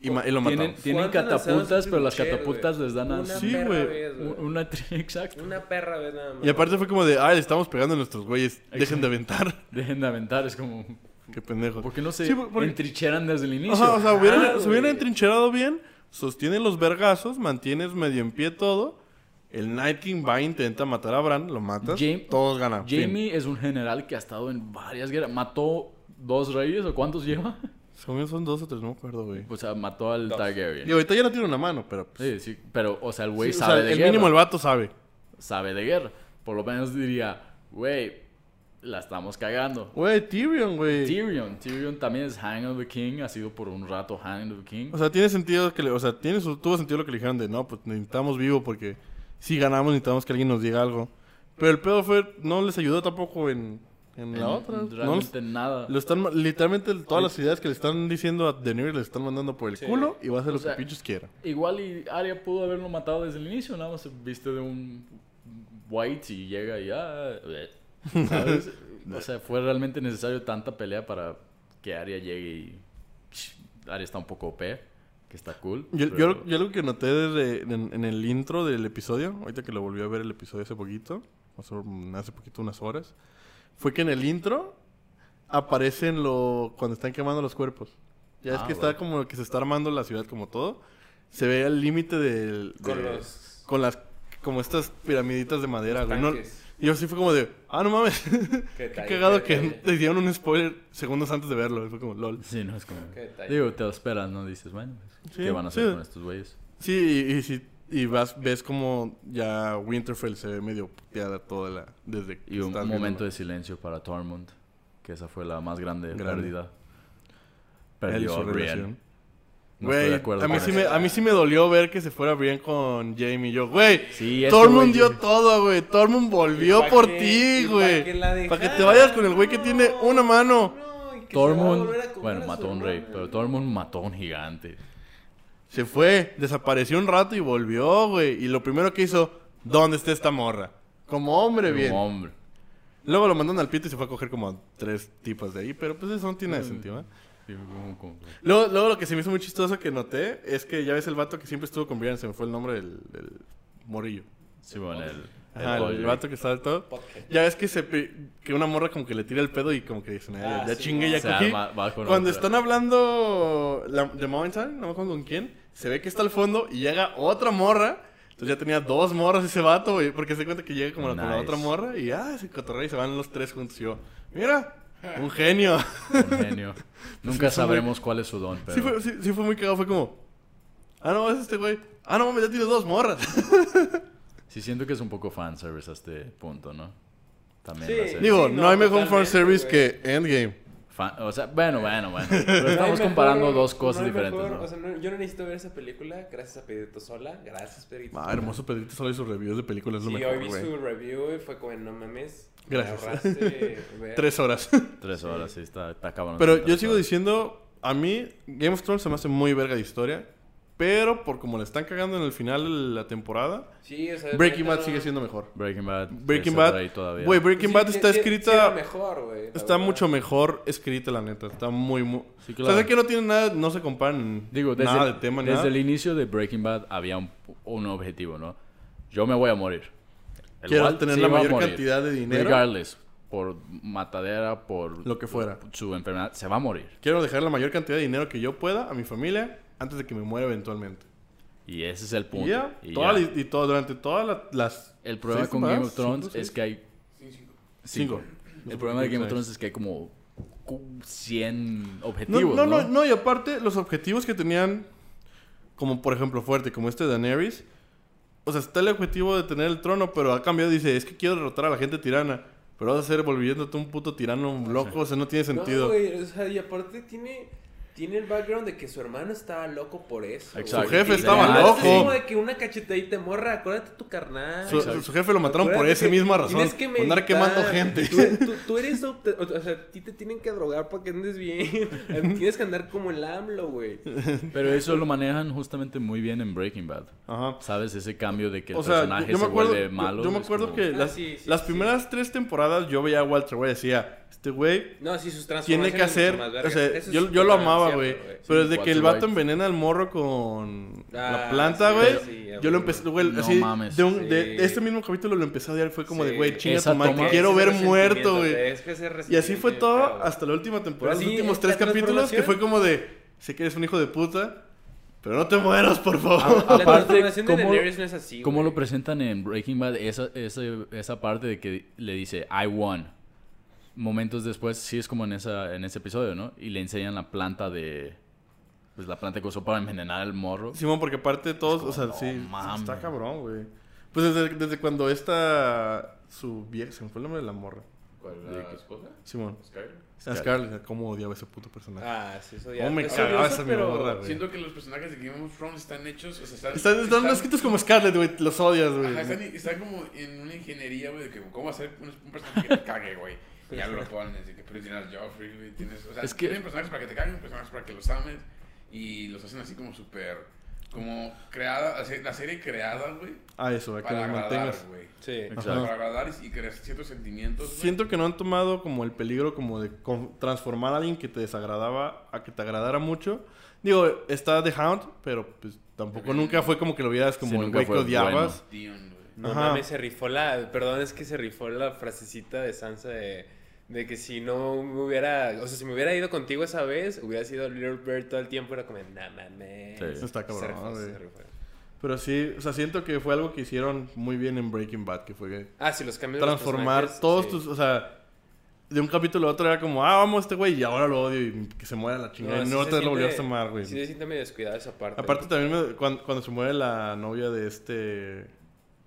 S2: y, ma- y lo
S1: Tienen,
S2: matamos.
S1: tienen
S4: ¿Cuántas lanzaron
S1: catapultas,
S4: sus
S1: pero las
S4: tribucheros,
S1: catapultas
S4: güey?
S1: les dan a...
S4: Una
S2: Sí,
S4: perra
S2: güey.
S4: vez, güey.
S1: un- Una... tri- Exacto.
S4: Una perra, ¿ves? Nada más.
S2: Y aparte fue como de, ah, le estamos pegando a nuestros güeyes, dejen de aventar.
S1: Dejen de aventar, es como...
S2: Qué pendejo.
S1: ¿Por qué no se
S2: Sí, por- porque-
S1: entricheran desde el inicio?
S2: Ajá, o sea, hubieran-
S4: Ah,
S2: se hubieran
S4: güey.
S2: entrincherado bien, sostienen los vergazos, mantienes medio en pie todo. El Night King va, e intenta matar a Bran, lo matas,
S1: Jam-
S2: todos ganan. fin.
S1: Jamie es un general que ha estado en varias guerras. ¿Mató dos reyes o cuántos lleva?
S2: Según yo son dos o tres, no me acuerdo, güey.
S1: O sea, mató al
S2: Y
S4: Dos.
S1: Targaryen.
S2: ahorita ya no tiene una mano, pero pues,
S1: Pues, Sí, sí, pero, o sea, el güey
S2: sí, o
S1: sabe
S2: sea,
S1: de
S2: el
S1: guerra.
S2: mínimo el vato sabe.
S1: Sabe de guerra. Por lo menos diría, güey, la estamos cagando.
S2: Güey, Tyrion, güey.
S1: Tyrion. Tyrion también es Hang of the King. Ha sido por un rato Hang of the King.
S2: O sea, tiene sentido que le- o sea, tiene su- tuvo sentido lo que le dijeron de, no, pues necesitamos vivo porque si ganamos necesitamos que alguien nos diga algo. Pero el pedo fue no les ayudó tampoco en, en la
S1: En-
S2: otra. No los-
S1: Realmente nada.
S2: lo están ma- literalmente todas las ideas que le están diciendo a Daenerys le están mandando por el culo y va a hacer
S1: O
S2: lo que
S1: sea,
S2: pinches quiera.
S1: Igual y Arya pudo haberlo matado desde el inicio. Nada más se viste de un white y llega y ya... ¿Sabes? o sea, fue realmente necesario tanta pelea para que Arya llegue y... Arya está un poco OP. que está cool.
S2: Yo,
S1: pero-
S2: yo, yo algo que noté desde en, en el intro del episodio, ahorita que lo volví a ver el episodio hace poquito, o sea, mm, hace poquito unas horas, fue que en el intro aparecen lo, cuando están quemando los cuerpos. Ya es
S1: Ah,
S2: que
S1: bueno.
S2: está como que se está armando la ciudad como todo. Se ve el límite del...
S4: Con
S2: de-
S4: los-
S2: Con las... Como estas piramiditas de madera, güey. No-
S4: tanques.
S2: y yo sí fue como de... Ah, no mames. Qué,
S4: detalle,
S2: cagado
S4: qué
S2: que
S4: detalle.
S2: te dieron un spoiler segundos antes de verlo. Fue como lol.
S1: Sí, no es como.
S4: Qué detalle.
S1: Digo, te lo esperas, ¿no? Dices, bueno, pues,
S2: Sí,
S1: ¿qué van a hacer
S2: sí.
S1: con estos güeyes?
S2: Sí, y, y sí- y vas, ves como ya Winterfell se ve medio puteada toda la... Desde que
S1: Y un
S2: estás viéndolo.
S1: momento de silencio para Tormund, que esa fue la más grande,
S2: Grande.
S1: pérdida.
S2: Él y
S1: Perdió
S2: su
S1: a Brienne.
S2: relación.
S1: No estoy de
S2: Güey,
S1: acuerdo
S2: a, mí
S1: con
S2: sí
S1: eso.
S2: me- a mí sí me dolió ver que se fuera Brian con Jamie. Yo, güey,
S1: Sí, ese
S2: Tormund
S1: güey-
S2: dio todo, güey. Tormund volvió
S4: Pa'
S2: por
S4: que- y
S2: ti,
S4: pa' que
S2: güey.
S4: la
S2: Para que te
S4: dejara,
S2: vayas con el güey que tiene
S4: no,
S2: una mano.
S4: no, y que se va a
S1: Tormund,
S4: volver a comer
S1: bueno,
S4: a
S1: mató
S4: su
S1: a un rey,
S4: hermana.
S1: pero Tormund mató a un gigante.
S2: Se fue, desapareció un rato y volvió, güey. Y lo primero que hizo, ¿dónde está esta morra? Como hombre, bien.
S1: Un hombre.
S2: Luego lo mandan al pito y se fue a coger como a tres tipas de ahí. Pero pues eso no tiene sentido, ¿eh?
S1: Digo, como- como-
S2: Luego, luego lo que se me hizo muy chistoso que noté es que ya ves el vato que siempre estuvo con Brian. Se me fue el nombre del, del morillo.
S1: Sí, bueno, el. el
S2: Ajá, el,
S1: Podrick.
S2: vato que está de todo. Ya ves que se pi- que una morra como que le tira el pedo y como que dicen, "Ay,
S4: Ah,
S2: ya
S4: sí,
S2: chingue,
S4: no.
S2: ya
S1: Se
S2: cogí.
S1: arma- va con
S2: Cuando
S1: otra.
S2: están hablando la, de Mountain Time, no me acuerdo con quién, se ve que está al fondo y llega otra morra. Entonces ya tenía dos morras ese vato, güey, porque se cuenta que llega como la- con la
S1: Nice.
S2: otra morra y ah, se cotorrea y se van los tres juntos. Y yo, mira, un genio.
S1: Un genio. Nunca
S2: Sí, fue muy-
S1: sabremos cuál es su don, pero.
S2: sí, fue, sí, sí fue muy cagado, fue como, ah, no, es este güey. Ah, no, mames, ya tiene dos morras.
S1: Sí, siento que es un poco fanservice a este punto, ¿no? También.
S4: Sí.
S1: la serie.
S2: Digo,
S4: Sí,
S2: no,
S4: no,
S2: hay mejor fan
S4: totalmente,
S2: service
S4: güey.
S2: que Endgame.
S1: Fan- o sea, bueno, bueno, bueno. Pero
S4: No hay
S1: estamos
S4: mejor-
S1: comparando dos cosas
S4: no hay
S1: diferentes,
S4: mejor-
S1: ¿no?
S4: o sea, no- yo no necesito ver esa película gracias a Pedrito Sola. Gracias, Pedrito.
S2: Ah, hermoso Pedrito solo hizo reviews de películas, es
S4: Y
S2: lo
S4: hoy
S2: mejor,
S4: vi
S2: güey.
S4: su review y fue como, no mames. me
S2: Gracias.
S4: ahorraste ver.
S2: Tres horas.
S1: Tres horas, sí, está, está cabrón.
S2: Pero
S1: Tres
S2: yo sigo
S1: horas.
S2: diciendo, a mí Game of Thrones se me hace muy verga de historia, pero por como le están cagando en el final de la temporada,
S4: Sí, o sea,
S2: Breaking Bad
S4: neta, Eh, no- Pues
S2: sigue siendo mejor.
S1: Breaking Bad.
S2: Breaking
S1: está por
S2: Bad,
S1: ahí todavía.
S2: güey, Breaking
S4: Sí,
S2: Bad
S4: sí,
S2: está
S4: sí, sí era
S2: escrita,
S4: mejor, güey. la
S2: está
S4: verdad.
S2: mucho mejor escrita la neta, está muy, muy...
S1: Sí,
S2: O
S1: claro.
S2: sea, sé que no tiene nada, no se comparan
S1: Digo, desde,
S2: nada de tema, ni
S1: desde
S2: nada.
S1: el inicio de Breaking Bad había un, un objetivo, ¿no? Yo me voy a morir. El
S2: Quiero
S1: Walt
S2: tener
S1: se
S2: la
S1: iba a
S2: mayor
S1: morir.
S2: cantidad de dinero.
S1: Regardless, por matadera, por
S2: Lo que fuera.
S1: su enfermedad, se va a morir.
S2: Quiero dejar la mayor cantidad de dinero que yo pueda a mi familia antes de que me muera eventualmente.
S1: Y ese es el punto.
S2: Y ya,
S1: Y
S2: toda
S1: ya.
S2: la- y todo, durante todas la- las...
S1: El problema
S2: seis
S1: con Game of
S2: temporadas,
S1: Thrones
S2: cinco, seis.
S1: es que hay...
S2: Cinco.
S1: El problema de Game of
S2: Seis.
S1: Thrones es que hay como cu- 100
S2: No,
S1: objetivos,
S2: no,
S1: ¿no?
S2: no, no, y aparte los objetivos que tenían, como por ejemplo fuerte, como este de Daenerys, o sea, está el objetivo de tener el trono, pero a cambio dice, es que quiero derrotar a la gente tirana, pero vas a ser volviéndote un puto tirano loco, o sea, no tiene
S4: No,
S2: sentido.
S4: güey, o sea, y aparte tiene, tiene el background de que su hermano estaba loco por eso. güey.
S1: Exacto.
S2: Su jefe
S4: Y
S2: estaba
S4: además
S2: loco.
S4: Es como de que una cachetadita morra, acuérdate tu carnal.
S2: su,
S1: Exacto.
S2: su jefe lo mataron por
S4: Acuérdate
S2: esa
S4: que
S2: misma razón,
S4: tienes que
S2: por andar
S4: meditar.
S2: quemando gente.
S4: Tú, tú- tú eres. obte- O sea, a ti te tienen que drogar para que andes bien. Tienes que andar como el AMLO, güey.
S1: Pero eso lo manejan justamente muy bien en Breaking Bad.
S2: Ajá.
S1: ¿Sabes? Ese cambio de que el
S2: O sea,
S1: personaje
S2: yo me
S1: se
S2: acuerdo,
S1: vuelve
S2: yo-
S1: malo.
S2: yo me
S1: es
S2: acuerdo
S1: como-
S2: que las,
S4: Ah, sí, sí,
S2: las
S4: sí.
S2: primeras tres temporadas yo veía a Walter, güey, decía, este güey
S4: No, sí, sus transformaciones.
S2: tiene que hacer.
S4: mucho más
S2: O
S4: vergas.
S2: sea,
S4: Eso es
S2: yo, yo lo
S4: totalmente
S2: amaba,
S4: cierto,
S2: güey.
S1: Sí,
S2: pero desde que el
S1: Walter
S2: vato
S1: White.
S2: envenena al morro con la
S4: Ah,
S2: planta,
S4: sí,
S2: güey.
S4: sí,
S2: yo lo
S4: güey.
S2: empecé, güey,
S1: No
S2: así.
S1: mames.
S2: de, un- de
S4: Sí.
S2: este mismo capítulo lo empecé a odiar. Fue como de,
S4: Sí.
S2: güey, chinga
S1: Esa
S2: tu madre.
S1: toma-
S2: Te quiero
S4: Ese
S2: ver
S4: resentimiento,
S2: muerto, güey.
S4: es que ese
S2: Y así fue
S4: resentimiento,
S2: todo
S4: claro.
S2: hasta la última temporada.
S4: Pero
S2: Los
S4: sí,
S2: últimos tres
S4: esta
S2: capítulos que fue
S4: transformación-
S2: como de, sé que eres un hijo de puta, pero no te mueras, por favor.
S1: A-
S4: La
S1: aparte,
S4: transformación de
S1: ¿cómo-
S4: Daenerys no es así.
S1: ¿Cómo
S4: güey.
S1: lo presentan en Breaking Bad? Esa, esa, esa parte de que le dice, I won. Momentos después, sí es como en, esa, en ese episodio, ¿no? Y le enseñan la planta de... Pues la planta que usó para envenenar al morro.
S2: Simón, porque aparte de todos, o sea,
S1: no
S2: sí,
S1: mames.
S2: está cabrón, güey. Pues desde, desde cuando esta, su vieja, se me fue el nombre de la morra.
S3: ¿Cuál la esposa?
S2: Simón.
S3: Skyler.
S2: A Scarlett, cómo odiaba ese puto personaje.
S4: Ah, sí, eso
S2: Oh, me
S4: es
S2: cagaba
S4: odioso,
S2: esa mi
S4: pero-
S2: morra, güey.
S3: Siento que los personajes de Game of Thrones están hechos, o sea, están...
S2: Están, están escritos como Scarlett, güey. Los odias, güey.
S3: Ajá, están, están como en una ingeniería, güey, de que cómo hacer un, un personaje que te cague, güey. Y Ya lo ponen, así que pero tienes a Joffrey, güey, tienes... O sea,
S1: Es que-
S3: tienen personajes para que te caguen, personajes para que los ames, y los hacen así como súper... Como creada, así- la serie creada, güey,
S2: Ah, eso, güey, que
S3: para
S2: los
S3: agradar,
S2: mantengas.
S3: güey.
S4: Sí.
S3: O sea,
S2: Ajá.
S3: para agradar y, y crear ciertos sentimientos, güey.
S2: Siento que no han tomado como el peligro como de con- transformar a alguien que te desagradaba a que te agradara mucho. Digo, está The Hound, pero pues tampoco nunca fue como que lo vieras como
S1: Sí,
S2: el
S1: nunca
S2: güey que
S1: fue
S2: odiabas.
S3: Dion, güey.
S4: No
S2: Ajá.
S4: mames, se rifó la. Perdón, es que se rifó la frasecita de Sansa de, de que si no me hubiera. O sea, si me hubiera ido contigo esa vez, hubiera sido Little Bird todo el tiempo. Era como, no mames.
S1: Sí. Eso
S2: está cabrón,
S4: Se rifó,
S2: güey.
S4: se rifó.
S2: Pero sí, o sea, siento que fue algo que hicieron muy bien en Breaking Bad, que fue que
S4: Ah, sí, los cambios. de los
S2: transformar
S4: personajes,
S2: todos
S4: sí.
S2: tus, o sea, de un capítulo a otro era como, ah, vamos a este güey y ahora lo odio y que se muera la chingada. y
S4: sí
S2: no
S4: se
S2: te lo
S4: siente-
S2: volvieras a amar, güey.
S4: Sí, se siente medio descuidada esa parte.
S2: Aparte también me- cuando, cuando se muere la novia de este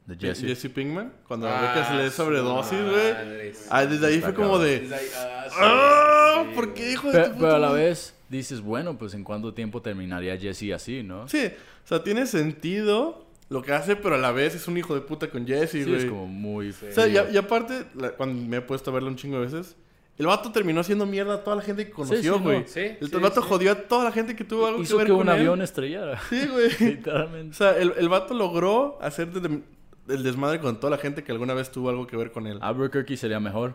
S1: De Jesse.
S2: Jesse, Pinkman, cuando
S4: Ah,
S2: ve que se le da
S4: su
S2: sobredosis, güey.
S4: madre.
S2: Ah, desde ahí
S1: Está
S2: fue como
S1: cabrón.
S2: de,
S3: Desde ahí, ah, sí,
S2: ah,
S3: sí,
S2: ¿por
S3: güey.
S2: qué hijo de
S1: Pe-
S2: tu
S1: Pero,
S2: puta
S1: a la
S2: madre?
S1: vez dices, bueno, pues en cuánto tiempo terminaría Jesse así, ¿no?
S2: Sí, o sea, tiene sentido lo que hace, pero a la vez es un hijo de puta con Jesse,
S1: Sí,
S2: güey.
S1: es como muy...
S2: O
S1: feo.
S2: sea, y, a- y aparte, la- cuando me he puesto a verlo un chingo de veces, el vato terminó haciendo mierda a toda la gente que conoció,
S1: sí,
S2: güey.
S1: no.
S4: Sí,
S2: el
S4: sí,
S2: vato
S4: sí.
S2: jodió a toda la gente que tuvo algo
S1: Hizo
S2: que ver
S1: que
S2: con
S1: un
S2: él.
S1: avión estrellara,
S2: Sí, güey. o
S1: literalmente.
S2: sea, el, el vato logró hacer de- el desmadre con toda la gente que alguna vez tuvo algo que ver con él.
S1: Albuquerque sería mejor.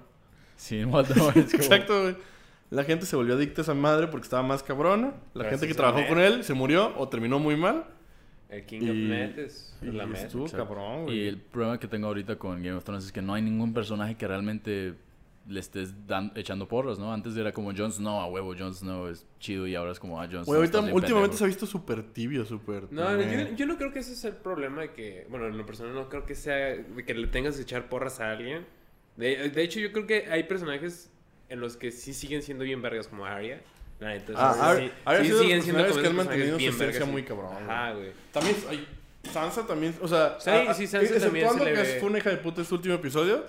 S1: Sí, Walter White, Ah, es como-
S2: Exacto, güey. La gente se volvió adicta a esa madre porque estaba más cabrona. La
S4: Pero
S2: gente
S4: así
S2: que
S4: son,
S2: trabajó
S4: ¿eh?
S2: con él se murió o terminó muy mal.
S4: El King of
S2: Y-
S4: Net es
S2: Y
S4: la meta.
S2: estuvo cabrón, güey.
S1: Y el problema que tengo ahorita con Game of Thrones es que no hay ningún personaje que realmente le estés dan- echando porras, ¿no? Antes era como Jon Snow, a huevo, Jon Snow es chido y ahora es como, ah, Jon Snow.
S2: Güey, ahorita,
S1: estás bien
S2: últimamente se ha
S1: pendejo.
S2: visto súper tibio, súper...
S4: No,
S2: meh.
S4: yo, yo no creo que ese es el problema de que, bueno, en lo personal no creo que sea de que le tengas que echar porras a alguien. De, de hecho, yo creo que hay personajes en los que sí siguen siendo bien vergas como Arya. La neta, o sea,
S2: Ah,
S4: sí,
S2: Arya- Arya ha sido de los personajes que han
S4: esos
S2: mantenido
S4: personajes
S2: su
S4: bien
S2: esencia
S4: vergas,
S2: muy
S4: sí.
S2: cabrón, güey.
S4: Ajá, güey.
S2: También, ay, Sansa también, o sea,
S4: Sí, sí, Sansa
S2: exceptuando
S4: también se le
S2: que
S4: ve.
S2: fue una hija de puta este último episodio,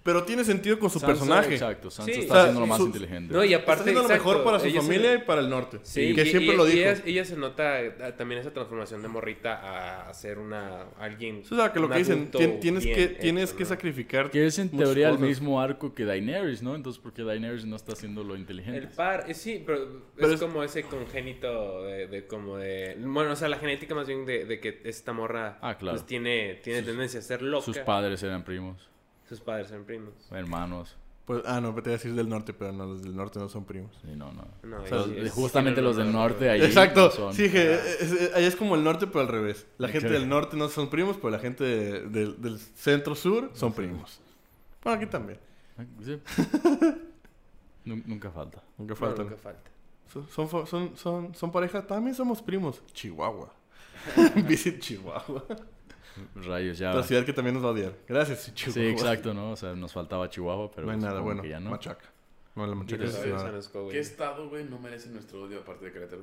S2: pero tiene sentido con su
S1: Sansa,
S2: personaje.
S1: Exacto, Sansa
S4: Sí.
S1: está
S4: O sea,
S1: haciendo lo más
S2: su-
S1: inteligente.
S4: No, y
S2: Está
S4: aparte,
S2: haciendo lo
S4: exacto,
S2: mejor para su
S4: ella se-
S2: familia y para el norte.
S4: Sí,
S2: que
S4: y-
S2: siempre
S4: y-
S2: lo
S4: y
S2: dijo.
S4: Ella, ella se nota eh, también esa transformación de morrita a, a ser una alguien.
S2: o sea, que lo
S4: un
S2: que dicen,
S4: adulto
S2: tien- tienes,
S4: bien
S2: que,
S4: hecho,
S2: tienes que
S4: ¿no?
S2: sacrificar.
S1: Que es en
S2: muchas
S1: teoría el
S2: cosas.
S1: mismo arco que Daenerys, ¿no? Entonces, ¿por qué Daenerys no está haciendo lo inteligente?
S4: El par, eh, sí, pero es
S2: Pero es-
S4: como ese congénito de, de como de... Bueno, o sea, la genética más bien de, de que esta morra
S1: Ah, claro.
S4: pues, tiene, tiene tendencia a ser loca.
S1: Sus padres eran primos,
S4: Sus padres son primos.
S1: hermanos.
S2: Pues, ah, no, te iba a decir del norte, pero no, los del norte no son primos.
S1: Y no, no.
S4: No,
S1: O sea,
S4: es- es-
S1: justamente
S4: tiene
S1: los del
S4: razón,
S1: norte
S4: güey.
S1: ahí.
S2: Exacto,
S1: no son.
S2: sí, que es- es- ahí es como el norte, pero al revés. La
S1: Ok.
S2: gente del norte no son primos, pero la gente de- del- del centro-sur son primos. Bueno, aquí también.
S1: Ah, Sí. Nun- Nunca falta.
S2: Nunca
S4: No,
S2: faltan.
S4: nunca falta.
S2: Son, son, fa- son, son, son pareja, también somos primos. Chihuahua. Visit Chihuahua.
S1: Rayos, ya.
S2: La ciudad que también nos va a odiar. Gracias, Chihuahua.
S1: Ah. Sí, exacto, ¿no? O sea, nos faltaba Chihuahua, pero
S2: no hay
S1: pues,
S2: nada
S1: como
S2: bueno.
S1: que ya no.
S2: Machaca. No, la machaca
S4: Pero
S2: es
S4: sabes,
S2: nada.
S4: San Escobar, güey.
S3: ¿Qué estado, güey, no merece nuestro odio aparte de Querétaro?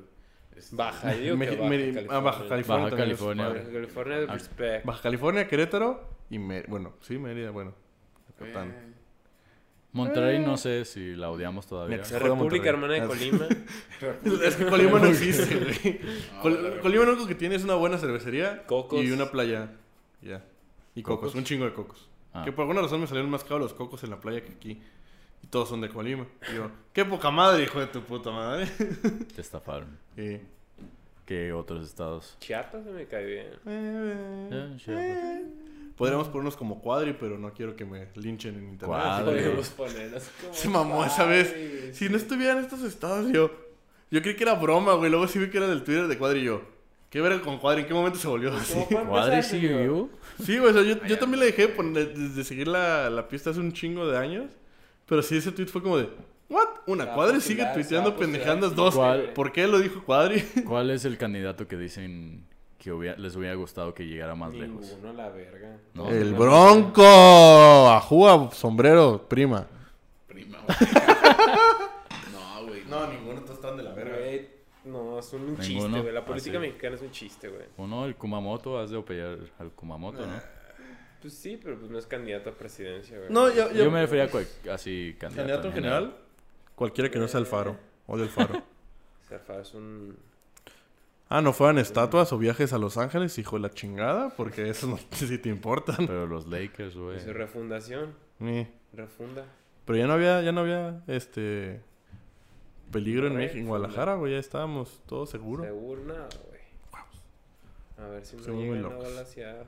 S3: Este, Es-
S4: Baja, yo digo
S2: Me-
S4: que
S2: Meri- ah, Baja California.
S1: Baja
S2: también es
S1: California.
S2: padre.
S4: Baja California de
S1: Ah.
S4: respect.
S2: Baja California, Querétaro y Mer- bueno, sí, Mérida, bueno.
S3: Eh,
S2: Yucatán.
S1: Monterrey no sé si la odiamos todavía.
S2: Next.
S4: La
S2: Joder, Monterrey.
S4: República Hermana de
S2: Ah, sí.
S4: Colima. Pues,
S2: Es que Colima no existe, güey.
S3: Ah,
S2: Col-
S3: la verdad.
S2: Colima lo único que tiene es una buena cervecería
S4: Cocos.
S2: y una playa. Ya. Y cocos,
S1: Cocos.
S2: un chingo de cocos.
S1: Ah.
S2: Que por alguna razón me salieron más caros los cocos en la playa que aquí. Y todos son de Colima. Y yo, qué poca madre, hijo de tu puta madre.
S1: Te estafaron.
S2: Y,
S1: Que otros estados.
S4: Chiapas se me cae bien.
S1: Eh,
S2: eh,
S1: Chiapas.
S2: Podríamos ponernos como cuadri, pero no quiero que me linchen en internet.
S1: Cuadri. Madre.
S4: Podríamos ponernos como
S2: Se mamó esa vez.
S4: padres.
S2: Si no estuviera en estos estados, yo. Yo creí que era broma, güey. Luego sí vi que era del Twitter de cuadri y yo. ¿Qué verga con cuadri? ¿En qué momento se volvió así?
S4: ¿Cómo fue empezar,
S1: ¿Cuadri sigue
S4: señor?
S1: vivo?
S2: Sí, güey, o sea, yo, yo
S3: Allá.
S2: también le dejé de poner- de, de seguir la, la pista hace un chingo de años. Pero sí, ese tweet fue como de, ¿what? Una
S4: Se va a
S2: cuadri
S4: postular,
S2: sigue
S4: se va a
S2: tuiteando
S4: postular.
S2: pendejandas dos.
S1: ¿Cuál?
S2: ¿Por qué lo dijo cuadri?
S1: ¿Cuál es el candidato que dicen que hubiera- les hubiera gustado que llegara más lejos?
S4: Ninguno, la verga.
S1: No.
S2: El Bronco. Ajúa, sombrero, prima.
S3: Prima, güey. No, güey.
S2: No, ninguno, todos están de la verga.
S4: Güey, no, es un
S1: Ninguno.
S4: chiste, güey.
S1: Ah,
S4: La política
S1: sí.
S4: mexicana es un chiste, güey.
S1: ¿O no? El Kumamoto, has de apoyar al Kumamoto,
S2: Eh,
S1: ¿no?
S4: Pues sí, pero pues no es candidato a presidencia, güey.
S2: No, yo, yo,
S1: Yo me refería a cual- así candidato.
S2: Candidato en general, cualquiera que no sea el faro. O del faro.
S4: Zarfado es un...
S2: Ah, no fueran estatuas o viajes a Los Ángeles, hijo de la chingada, porque eso no sé si te importan.
S1: Pero los Lakers, güey.
S4: Es refundación.
S2: Eh.
S4: Refunda.
S2: Pero ya no había, ya no había, este, peligro en
S4: Red,
S2: México, en Guadalajara, güey, ya estábamos todos seguros.
S4: Seguro nada, güey. A ver si no
S2: Según
S4: llegan
S2: muy
S4: a
S2: locos.
S4: balasearnos.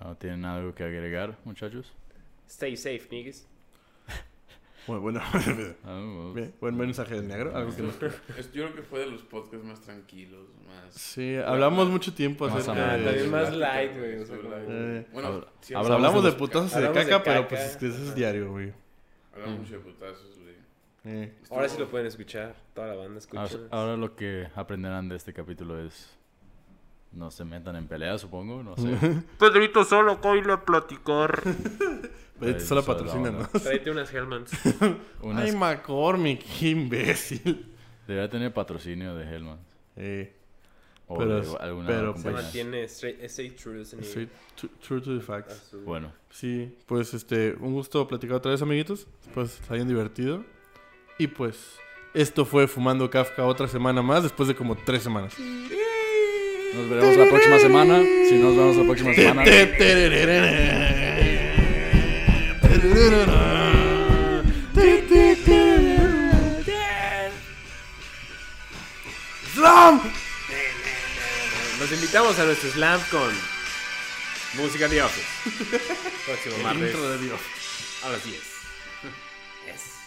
S1: Ah, ¿Tienen algo que agregar, muchachos?
S4: Stay safe, niggas.
S2: Bueno, bueno,
S1: Ah,
S2: bien, buen mensaje del negro. Algo que nos...
S3: Es- Yo creo que fue de los podcasts más tranquilos, más...
S2: Sí, hablamos mucho tiempo
S1: Más
S2: acerca
S1: amable.
S2: de...
S4: Pues, También más
S3: Plática,
S4: light, güey, o sea,
S3: sobre
S4: como-
S2: Eh,
S3: Bueno,
S1: habla-
S3: sí,
S1: hablamos
S2: Hablamos
S1: de
S2: de putazos y de
S4: hablamos de
S2: caca, pero
S4: caca.
S2: pues es que eso es diario, güey.
S3: hablamos mucho de putazos, güey.
S2: Eh,
S4: Ahora sí lo pueden escuchar. Toda la banda escucha.
S1: Ahora, ahora lo que aprenderán de este capítulo es... No se metan en peleas, supongo, no sé.
S5: Pedrito solo coile a platicar.
S2: Vete
S1: Eso
S2: solo
S1: es la
S2: patrocina,
S1: onda.
S2: ¿no?
S4: Tráete unas Hellmans.
S1: Unas-
S2: Ay, McCormick, qué imbécil.
S1: Debería tener patrocinio de Hellman.
S2: Eh,
S1: O
S2: Pero-
S1: de alguna
S2: pero,
S4: Se
S1: compañía.
S2: Buenas.
S4: mantiene straight, straight truth en
S2: estoy
S4: el-
S2: tru- true to the
S4: a
S2: facts.
S4: su-
S1: Bueno,
S2: Sí, pues este, un gusto platicar otra vez, amiguitos. Pues se hayan divertido. Y pues, esto fue Fumando Kafka otra semana más, después de como tres semanas.
S1: nos veremos la próxima semana. Si no nos vemos la próxima semana...
S2: Slam.
S4: Los invitamos a nuestro slam con
S3: Música de Office. Próximo martes
S2: Intro de Dios.
S3: a las 10.
S4: Yes.